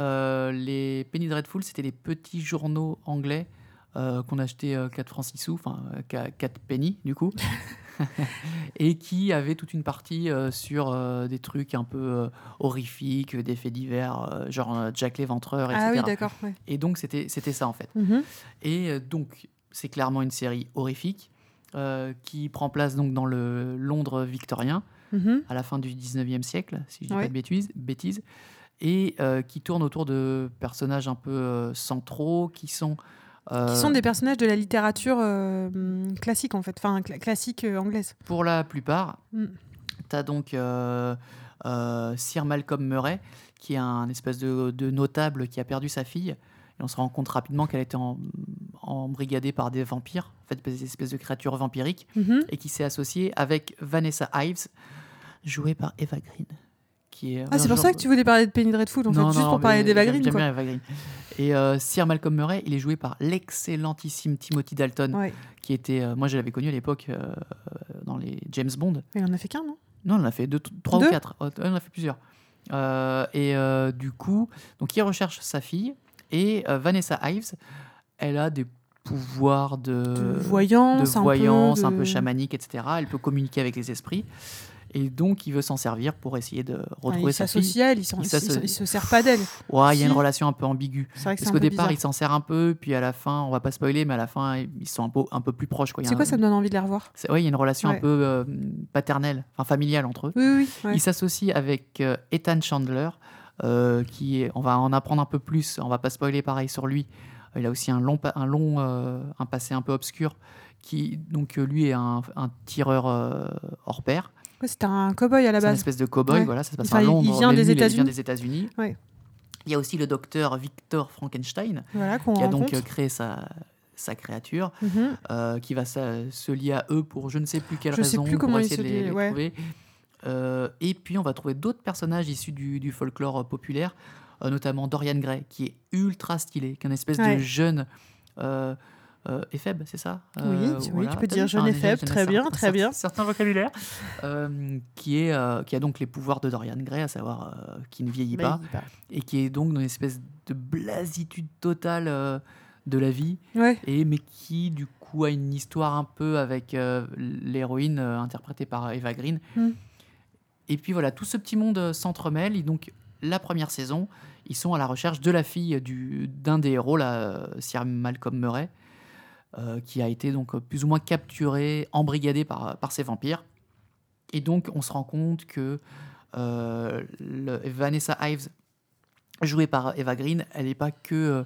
Euh, Les Penny Dreadful, c'était les petits journaux anglais euh, qu'on achetait euh, 4 francs 6 sous, enfin euh, qua- 4 pennies du coup, et qui avaient toute une partie euh, sur euh, des trucs un peu euh, horrifiques, des faits divers, euh, genre euh, Jack l'Éventreur, etc.
Ah oui, d'accord. ouais.
et donc c'était c'était ça en fait.
Mhm.
Et euh, donc, c'est clairement une série horrifique euh, qui prend place donc dans le Londres victorien
Mhm.
à la fin du 19e siècle, si je dis
Ouais.
pas de bêtises, bêtises et euh, qui tourne autour de personnages un peu euh, centraux qui sont Euh,
Qui sont des personnages de la littérature euh, hum, classique, en fait. Enfin, cla- classique euh, anglaise.
Pour la plupart,
Mm.
tu as donc euh, euh, Sir Malcolm Murray, qui est un espèce de, de notable qui a perdu sa fille. Et on se rend compte rapidement qu'elle a été en- embrigadée par des vampires, en fait, des espèces de créatures vampiriques,
Mhm.
et qui s'est associée avec Vanessa Ives, jouée par Eva Green. Qui est
Ah, c'est
un
pour
genre-
ça que tu voulais parler de Penny Dreadful, en
Non,
fait, juste
non,
pour
mais
parler
j'aime-
d'Eva Green,
j'aime
quoi.
bien Eva Green. Et euh, Sir Malcolm Murray, il est joué par l'excellentissime Timothy Dalton,
Ouais.
qui était, euh, moi je l'avais connu à l'époque euh, dans les James Bond.
Mais il en a fait qu'un, non
Non, on en a fait deux, t- trois
Deux
ou quatre. Euh, On en a fait plusieurs. Euh, et euh, du coup, donc il recherche sa fille et euh, Vanessa Ives, elle a des pouvoirs de,
De
de
voyance, un peu,
voyance, un peu,
de-
chamanique, etc. Elle peut communiquer avec les esprits et donc il veut s'en servir pour essayer de
Ah,
retrouver
il
sa fille.
s'associe à elle, il, s'en-
Il
il,
s'asso-
se- il se sert pas d'elle.
Ouais, il y a une
Si.
relation un peu ambiguë.
C'est vrai que c'est
Parce
un
qu'au
peu
départ,
bizarre.
il s'en sert un peu, puis à la fin, on va pas spoiler, mais à la fin, ils sont un peu, un peu plus proches. Quoi. Il y a
C'est quoi
un-
ça me donne envie de la revoir
c'est- ouais, il y a une relation un
Ouais.
peu euh, paternelle, enfin familiale entre eux.
Oui, oui, oui. ouais.
Il s'associe avec euh, Ethan Chandler, euh, qui est, on va en apprendre un peu plus, on va pas spoiler pareil sur lui. Euh, Il a aussi un long, pa- un long euh, un passé un peu obscur, qui donc euh, lui est un, un tireur euh, hors pair,
Ouais, C'était un cow-boy à la
c'est une
base.
espèce de cow-boy,
Ouais.
voilà, ça se passe
Enfin,
à
il- il
Londres.
vient
mais
des
lui, il
États-Unis.
des États-Unis.
Ouais.
Il y a aussi le docteur Victor Frankenstein,
Voilà, qu'on
qui a donc
rencontre.
euh, créé sa, sa créature,
Mhm.
euh, qui va sa- se lier à eux pour je ne sais plus quelle
Je sais
raison,
plus
pour
comment ils
essayer
se
de les,
lient,
les
ouais.
trouver. Euh, et puis on va trouver d'autres personnages issus du, du folklore euh, populaire, euh, notamment Dorian Gray, qui est ultra stylé, qui est un espèce
Ouais.
de jeune... euh, euh, éphèbe, c'est ça Euh,
Oui, tu- oui, tu peux dire jeune éphèbe,
je connais
très
cer-
bien, très
cer-
bien.
Certains vocabulaires. Euh, qui, est, euh, qui a donc les pouvoirs de Dorian Gray, à savoir euh, qui ne vieillit
Bah,
pas,
il y va.
et qui est donc dans une espèce de blasitude totale euh, de la vie,
Ouais.
et mais qui du coup a une histoire un peu avec euh, l'héroïne euh, interprétée par Eva Green.
Mm.
Et puis voilà, tout ce petit monde euh, s'entremêle. Et donc la première saison, ils sont à la recherche de la fille du- d'un des héros, là, euh, Sir Malcolm Murray, euh, qui a été donc euh, plus ou moins capturé, embrigadé par, par ces vampires. Et donc on se rend compte que euh, le- Vanessa Ives, jouée par Eva Green, elle n'est pas que euh,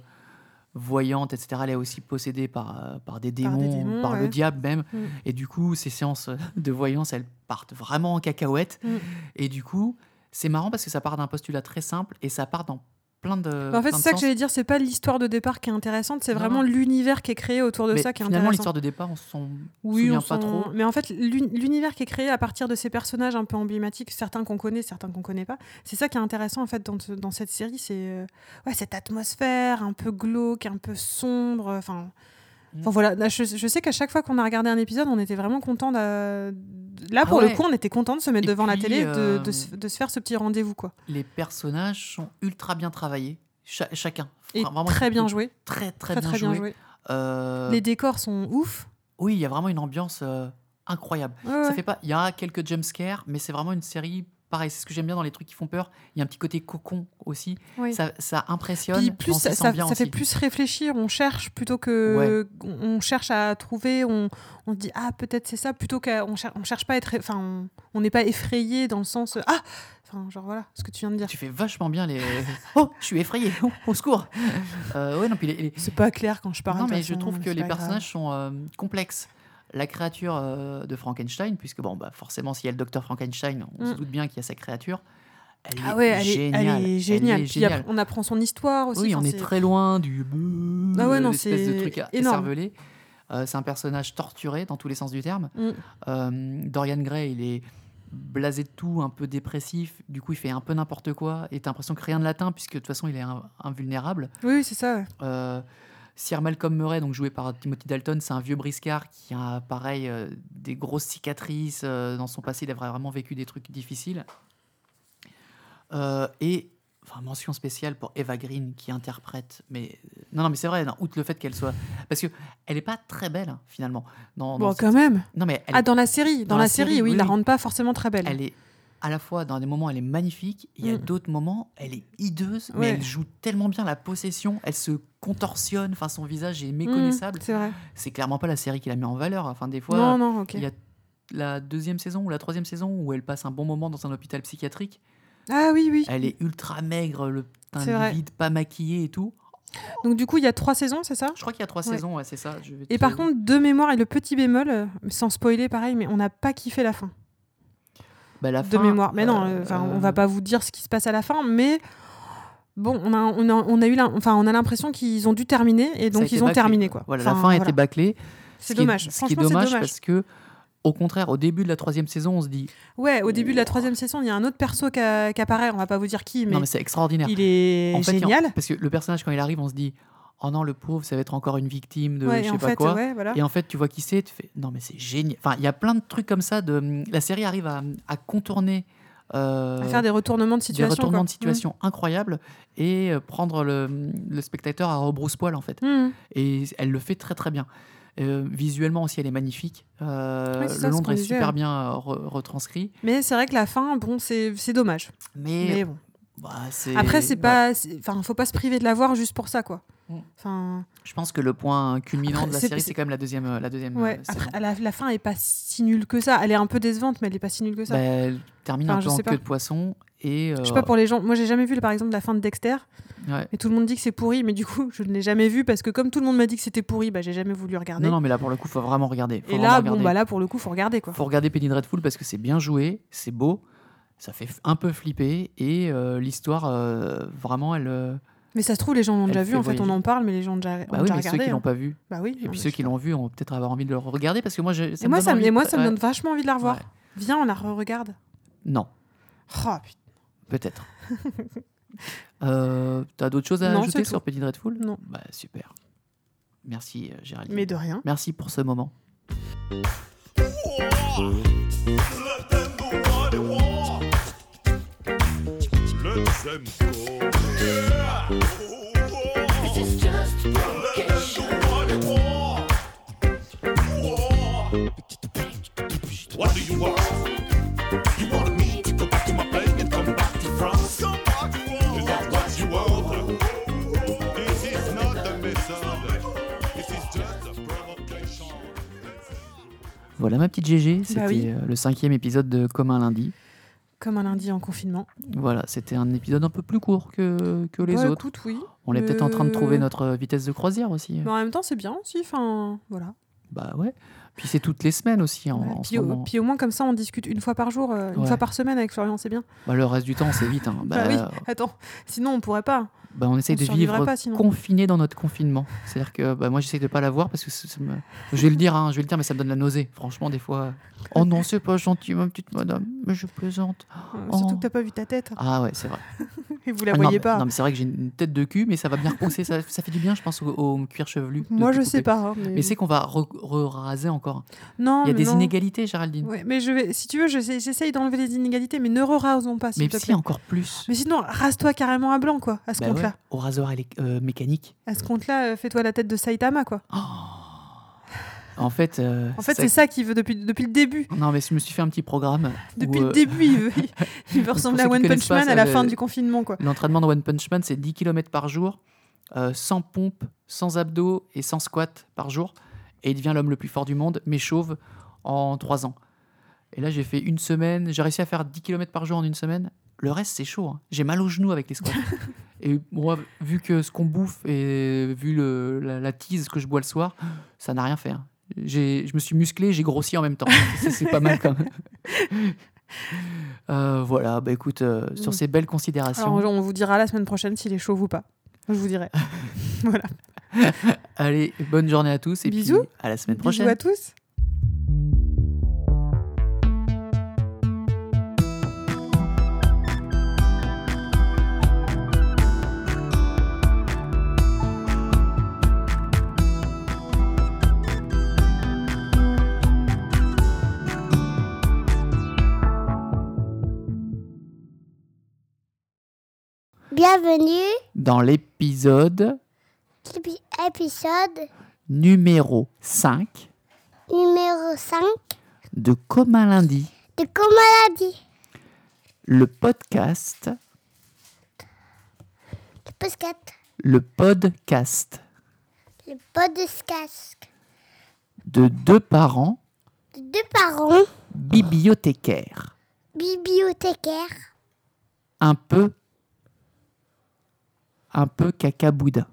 voyante, etc. Elle est aussi possédée par, euh, par des démons,
Par
par,
des démons,
le
ouais.
diable même.
Mm.
Et du coup, ces séances de voyance, elles partent vraiment en cacahuète.
Mm.
Et du coup, c'est marrant parce que ça part d'un postulat très simple et ça part dans plein de.
Bah, en fait, c'est
plein de
ça que
sens.
j'allais dire, c'est pas l'histoire de départ qui est intéressante, c'est
Non,
vraiment
non.
l'univers qui est créé autour de
Mais
ça qui est
finalement,
intéressant.
l'histoire de départ, on s'en
Oui,
souvient
on
pas
s'en-
trop.
Mais en fait, l'uni- l'univers qui est créé à partir de ces personnages un peu emblématiques, certains qu'on connaît, certains qu'on connaît pas, c'est ça qui est intéressant en fait dans, ce- dans cette série, c'est euh, ouais, cette atmosphère un peu glauque, un peu sombre. euh, Enfin,
Mm.
enfin, voilà. Là, je, je sais qu'à chaque fois qu'on a regardé un épisode, on était vraiment content. d'a- Là,
Ah
pour
ouais.
le coup, on était content de se mettre
Et
devant
puis,
la télé, et de, de
euh,
se- de se faire ce petit rendez-vous quoi.
Les personnages sont ultra bien travaillés, cha- chacun.
Et
Enfin, vraiment,
très
ils
bien
sont
joué,
Très, très,
très très,
bien,
bien
joué.
joué.
Euh,
Les décors sont ouf.
Oui, il y a vraiment une ambiance euh, incroyable.
Ouais,
Ça
ouais.
fait pas. Il y a quelques jumpscares, mais c'est vraiment une série. Pareil, c'est ce que j'aime bien dans les trucs qui font peur. Il y a un petit côté cocon aussi.
Oui.
Ça, ça impressionne.
Puis
mais
plus
on s'y
ça,
sent
ça-
bien
ça fait
aussi.
plus réfléchir, on cherche plutôt que on on cherche à trouver, on, on se dit ah peut-être c'est ça plutôt qu'on cherche on cherche pas à être enfin on- on n'est pas effrayé dans le sens ah enfin genre voilà ce que tu viens de dire.
Tu fais vachement bien les. Oh, je suis effrayé. Oh, au secours. Euh, ouais, non, puis les- les-
C'est pas clair quand je parle.
non,
de
mais
toute
je
façon,
trouve
mais
que
c'est
les
pas grave.
personnages sont euh, complexes. La créature euh, de Frankenstein, puisque bon, bah forcément, s'il y a le docteur Frankenstein, on se
Mm.
doute bien qu'il y a sa créature. Elle
Ah
est
ouais, elle est,
géniale.
elle est géniale.
Elle est
Puis après,
géniale.
on apprend son histoire aussi.
Oui,
enfin,
on est
c'est-
très loin du.
Ah ouais, non,
l'espèce de
c'est
truc à-
énorme.
écervelé. Euh, c'est un personnage torturé dans tous les sens du terme.
Mm.
Euh, Dorian Gray, il est blasé de tout, un peu dépressif. Du coup, il fait un peu n'importe quoi. Et t'as l'impression que rien ne l'atteint, puisque de toute façon, il est in- invulnérable.
Oui, c'est ça. ouais.
Euh, Sir Malcolm Murray, donc joué par Timothy Dalton, c'est un vieux briscard qui a, pareil, euh, des grosses cicatrices. euh, dans son passé, il a vraiment vécu des trucs difficiles. Euh, et, enfin, mention spéciale pour Eva Green qui interprète. Mais non, non, mais c'est vrai, non, outre le fait qu'elle soit. Parce que elle n'est pas très belle, hein, finalement. Dans, dans
Bon,
ce-
quand même.
Non, mais elle,
Ah, dans la série, dans, la, série, oui, ils la
oui.
rendent pas forcément très belle.
elle est à la fois dans des moments elle est magnifique, et il y a
Mm.
d'autres moments elle est hideuse, mais
Ouais.
elle joue tellement bien la possession, elle se contorsionne, enfin son visage est
Mmh,
méconnaissable.
c'est vrai.
C'est clairement pas la série qui la met en valeur. Enfin des fois,
non, non, ok.
il y a la deuxième saison ou la troisième saison où elle passe un bon moment dans un hôpital psychiatriatique.
Ah oui, oui.
Elle est ultra maigre, le teint
C'est vrai.
livide, pas maquillée et tout.
Donc du coup, il y a trois saisons, c'est ça
Je crois qu'il y a trois
Ouais.
saisons, ouais, c'est ça. je vais
Et
te-
par contre, de mémoire et le petit bémol, euh, sans spoiler, pareil, mais on n'a pas kiffé la fin.
Bah, la
de
fin,
mémoire. Mais non,
euh,
euh, enfin,
euh,
on va pas vous dire ce qui se passe à la fin, mais bon, on a, on a, on a eu, l'im- enfin, on a l'impression qu'ils ont dû terminer et
ça a
donc
été
ils ont
bâclé.
terminé quoi.
Voilà,
Enfin,
la fin
voilà.
était bâclée.
C'est
ce qui est-
dommage.
Ce qui est
Franchement, c'est
dommage,
dommage.
parce que, au contraire, au début de la troisième saison, on se dit
Ouais, au début de la troisième saison, il y a un autre perso qui a- qui apparaît. On va pas vous dire qui, mais,
Oh. non mais c'est extraordinaire.
il est
en fait, il y a-
génial.
parce que le personnage quand il arrive, on se dit oh non le pauvre, ça va être encore une victime de
Ouais,
je
et
sais
en
pas
fait,
quoi.
ouais, voilà.
Et en fait, tu vois qui c'est, tu fais non mais c'est génial. Enfin, il y a plein de trucs comme ça. De la série arrive à, à contourner. euh,
À faire des retournements de
des
situation.
retournements
quoi. Mmh.
de situation incroyables et euh, prendre le, le spectateur à rebrousse-poil en fait.
Mmh. Mmh.
Et elle le fait très très bien. Euh, visuellement aussi, elle est magnifique. Euh,
Oui, c'est ça,
le
ce
Londres
qu'on
est
disait,
super
ouais.
bien euh, re- retranscrit.
Mais c'est vrai que la fin, bon, c'est c'est dommage.
Mais,
Mais bon.
bah, c'est-
Après, c'est
ouais.
pas, c'est- enfin, faut pas se priver de la voir juste pour ça, quoi.
Mmh.
Enfin,
Je pense que le point culminant
Après,
de la
c'est-
série,
c'est-
c'est quand même la deuxième, euh, la deuxième
ouais.
euh, saison.
Après, à la, la fin est pas si nulle que ça. Elle est un peu décevante, mais elle est pas si nulle que ça.
Bah, elle termine
Enfin,
un
je
peu en
sais
queue
pas.
de poisson et
Je sais
euh,
pas pour les gens. Moi, j'ai jamais vu, par exemple, la fin de Dexter.
ouais.
Mais tout le monde dit que c'est pourri. Mais du coup, je ne l'ai jamais vu parce que comme tout le monde m'a dit que c'était pourri, bah, j'ai jamais voulu regarder.
Non, non, mais là pour le coup, faut vraiment regarder. Faut
Et
vraiment
là,
regarder.
bon, bah là, pour le coup, faut regarder quoi.
faut regarder Penny Dreadful parce que c'est bien joué, c'est beau, ça fait f- un peu flipper et euh, l'histoire euh, vraiment elle. euh,
Mais ça se trouve, les gens l'ont
Elle
déjà
fait
vu. En fait, on
voyager.
en parle, mais les gens ont déjà,
Bah
ont
oui,
déjà
mais ceux
regardé.
qui l'ont
hein.
pas vu
Bah oui.
et
non,
puis
mais
ceux
je-
qui l'ont vu vont peut-être avoir envie de le regarder parce que moi, je, ça
Et moi,
donne
ça, me-
envie
et moi,
de-
ça me
ouais.
donne vachement envie de la revoir.
Ouais.
Viens, on la re-regarde.
Non,
Oh, putain.
peut-être. euh, T'as d'autres choses à
Non,
ajouter
c'est tout.
sur Penny Dreadful
Non.
Bah super. Merci euh, Géraldine.
Mais de rien.
Merci pour ce moment.
Let them do what they want. Let them go. Yeah. This is just Let them do what they want. War. What do you want? You want me to go back to my plane and come back to France? Come back to Is that what you want? This is not a message. This is just a provocation.
Voilà ma petite GG, c'était
Bah oui.
euh, le cinquième épisode de Comme un lundi.
Comme un lundi en confinement.
Voilà, c'était un épisode un peu plus court que, que les
Bah,
autres.
écoute, oui.
On est peut-être en train de trouver
Euh,
notre vitesse de croisière aussi.
Mais en même temps, c'est bien aussi. Enfin, voilà.
Bah ouais. Puis c'est toutes les semaines aussi hein, en,
Voilà.
en ce
Puis, au,
moment.
puis au moins, comme ça, on discute une fois par jour, euh, une
Ouais.
fois par semaine avec Florian, c'est bien.
Bah, le reste du temps, c'est vite. hein.
Bah
Bah,
oui, attends. Sinon, on pourrait pas.
bah, on essaye
On
de
survivra
vivre
pas, sinon.
confiné dans notre confinement. C'est-à-dire que bah, moi, j'essaie de pas l'avoir parce que ça- ça me- je vais le dire, hein, je vais le dire, mais ça me donne la nausée. Franchement, des fois. Oh non, c'est pas gentil, ma petite madame. Mais je plaisante.
Euh, Surtout
Oh.
que t'as pas vu ta tête hein,
Ah ouais, c'est vrai.
et vous la
Ah, non,
voyez
mais-
pas.
Non, mais c'est vrai que j'ai une tête de cul, mais ça va bien repousser. ça, ça fait du bien, je pense, au, au cuir chevelu. de
Moi,
tout
je sais
couper.
pas. hein, mais...
Mais c'est qu'on va re- re-raser encore.
non,
Il y a
mais
des
non.
inégalités, Géraldine.
Ouais, mais je vais, si tu veux, je sais- j'essaye d'enlever les inégalités, mais ne rasons pas, s'il
mais
te
si,
plaît.
encore plus.
Mais sinon, rase-toi carrément à blanc, quoi, à ce
Bah ouais,
compte-là.
au rasoir élec- euh, mécanique.
À ce compte-là, euh, fais-toi la tête de Saitama, quoi.
Oh. En fait, euh,
En fait,
ça-
c'est ça qu'il veut depuis, depuis le début.
Non, mais je me suis fait un petit programme.
Depuis
où,
le
euh,
début, il veut, il veut ressembler
ceux
à
qui
One
connaissent
Punch
pas,
Man
ça,
à la
le-
fin du confinement, quoi.
L'entraînement de One Punch Man, c'est 10 km par jour, euh, sans pompe, sans abdos et sans squat par jour. Et il devient l'homme le plus fort du monde, mais chauve, en 3 ans. Et là, j'ai fait une semaine. J'ai réussi à faire 10 km par jour en une semaine. Le reste, c'est chaud. hein. J'ai mal aux genoux avec les squats. et moi, vu que ce qu'on bouffe et vu le- la, la tease que je bois le soir, ça n'a rien fait. hein. J'ai- Je me suis musclé, j'ai grossi en même temps. C'est- C'est pas mal quand même. Euh, voilà, bah écoute, euh, sur
Mm.
ces belles considérations.
Alors, on vous dira la semaine prochaine s'il est chauve ou pas. Je vous dirai. voilà.
Allez, bonne journée à tous et
Bisous.
puis à la semaine
Bisous
prochaine.
à tous.
Bienvenue,
Dans l'épisode
épi- épisode
numéro 5
numéro 5
de Commun lundi,
de Comment l'a dit
le podcast,
Le podcast,
le podcast
le podcast
de deux parents
de deux parents
bibliothécaires,
bibliothécaires
un peu un peu cacaboudin.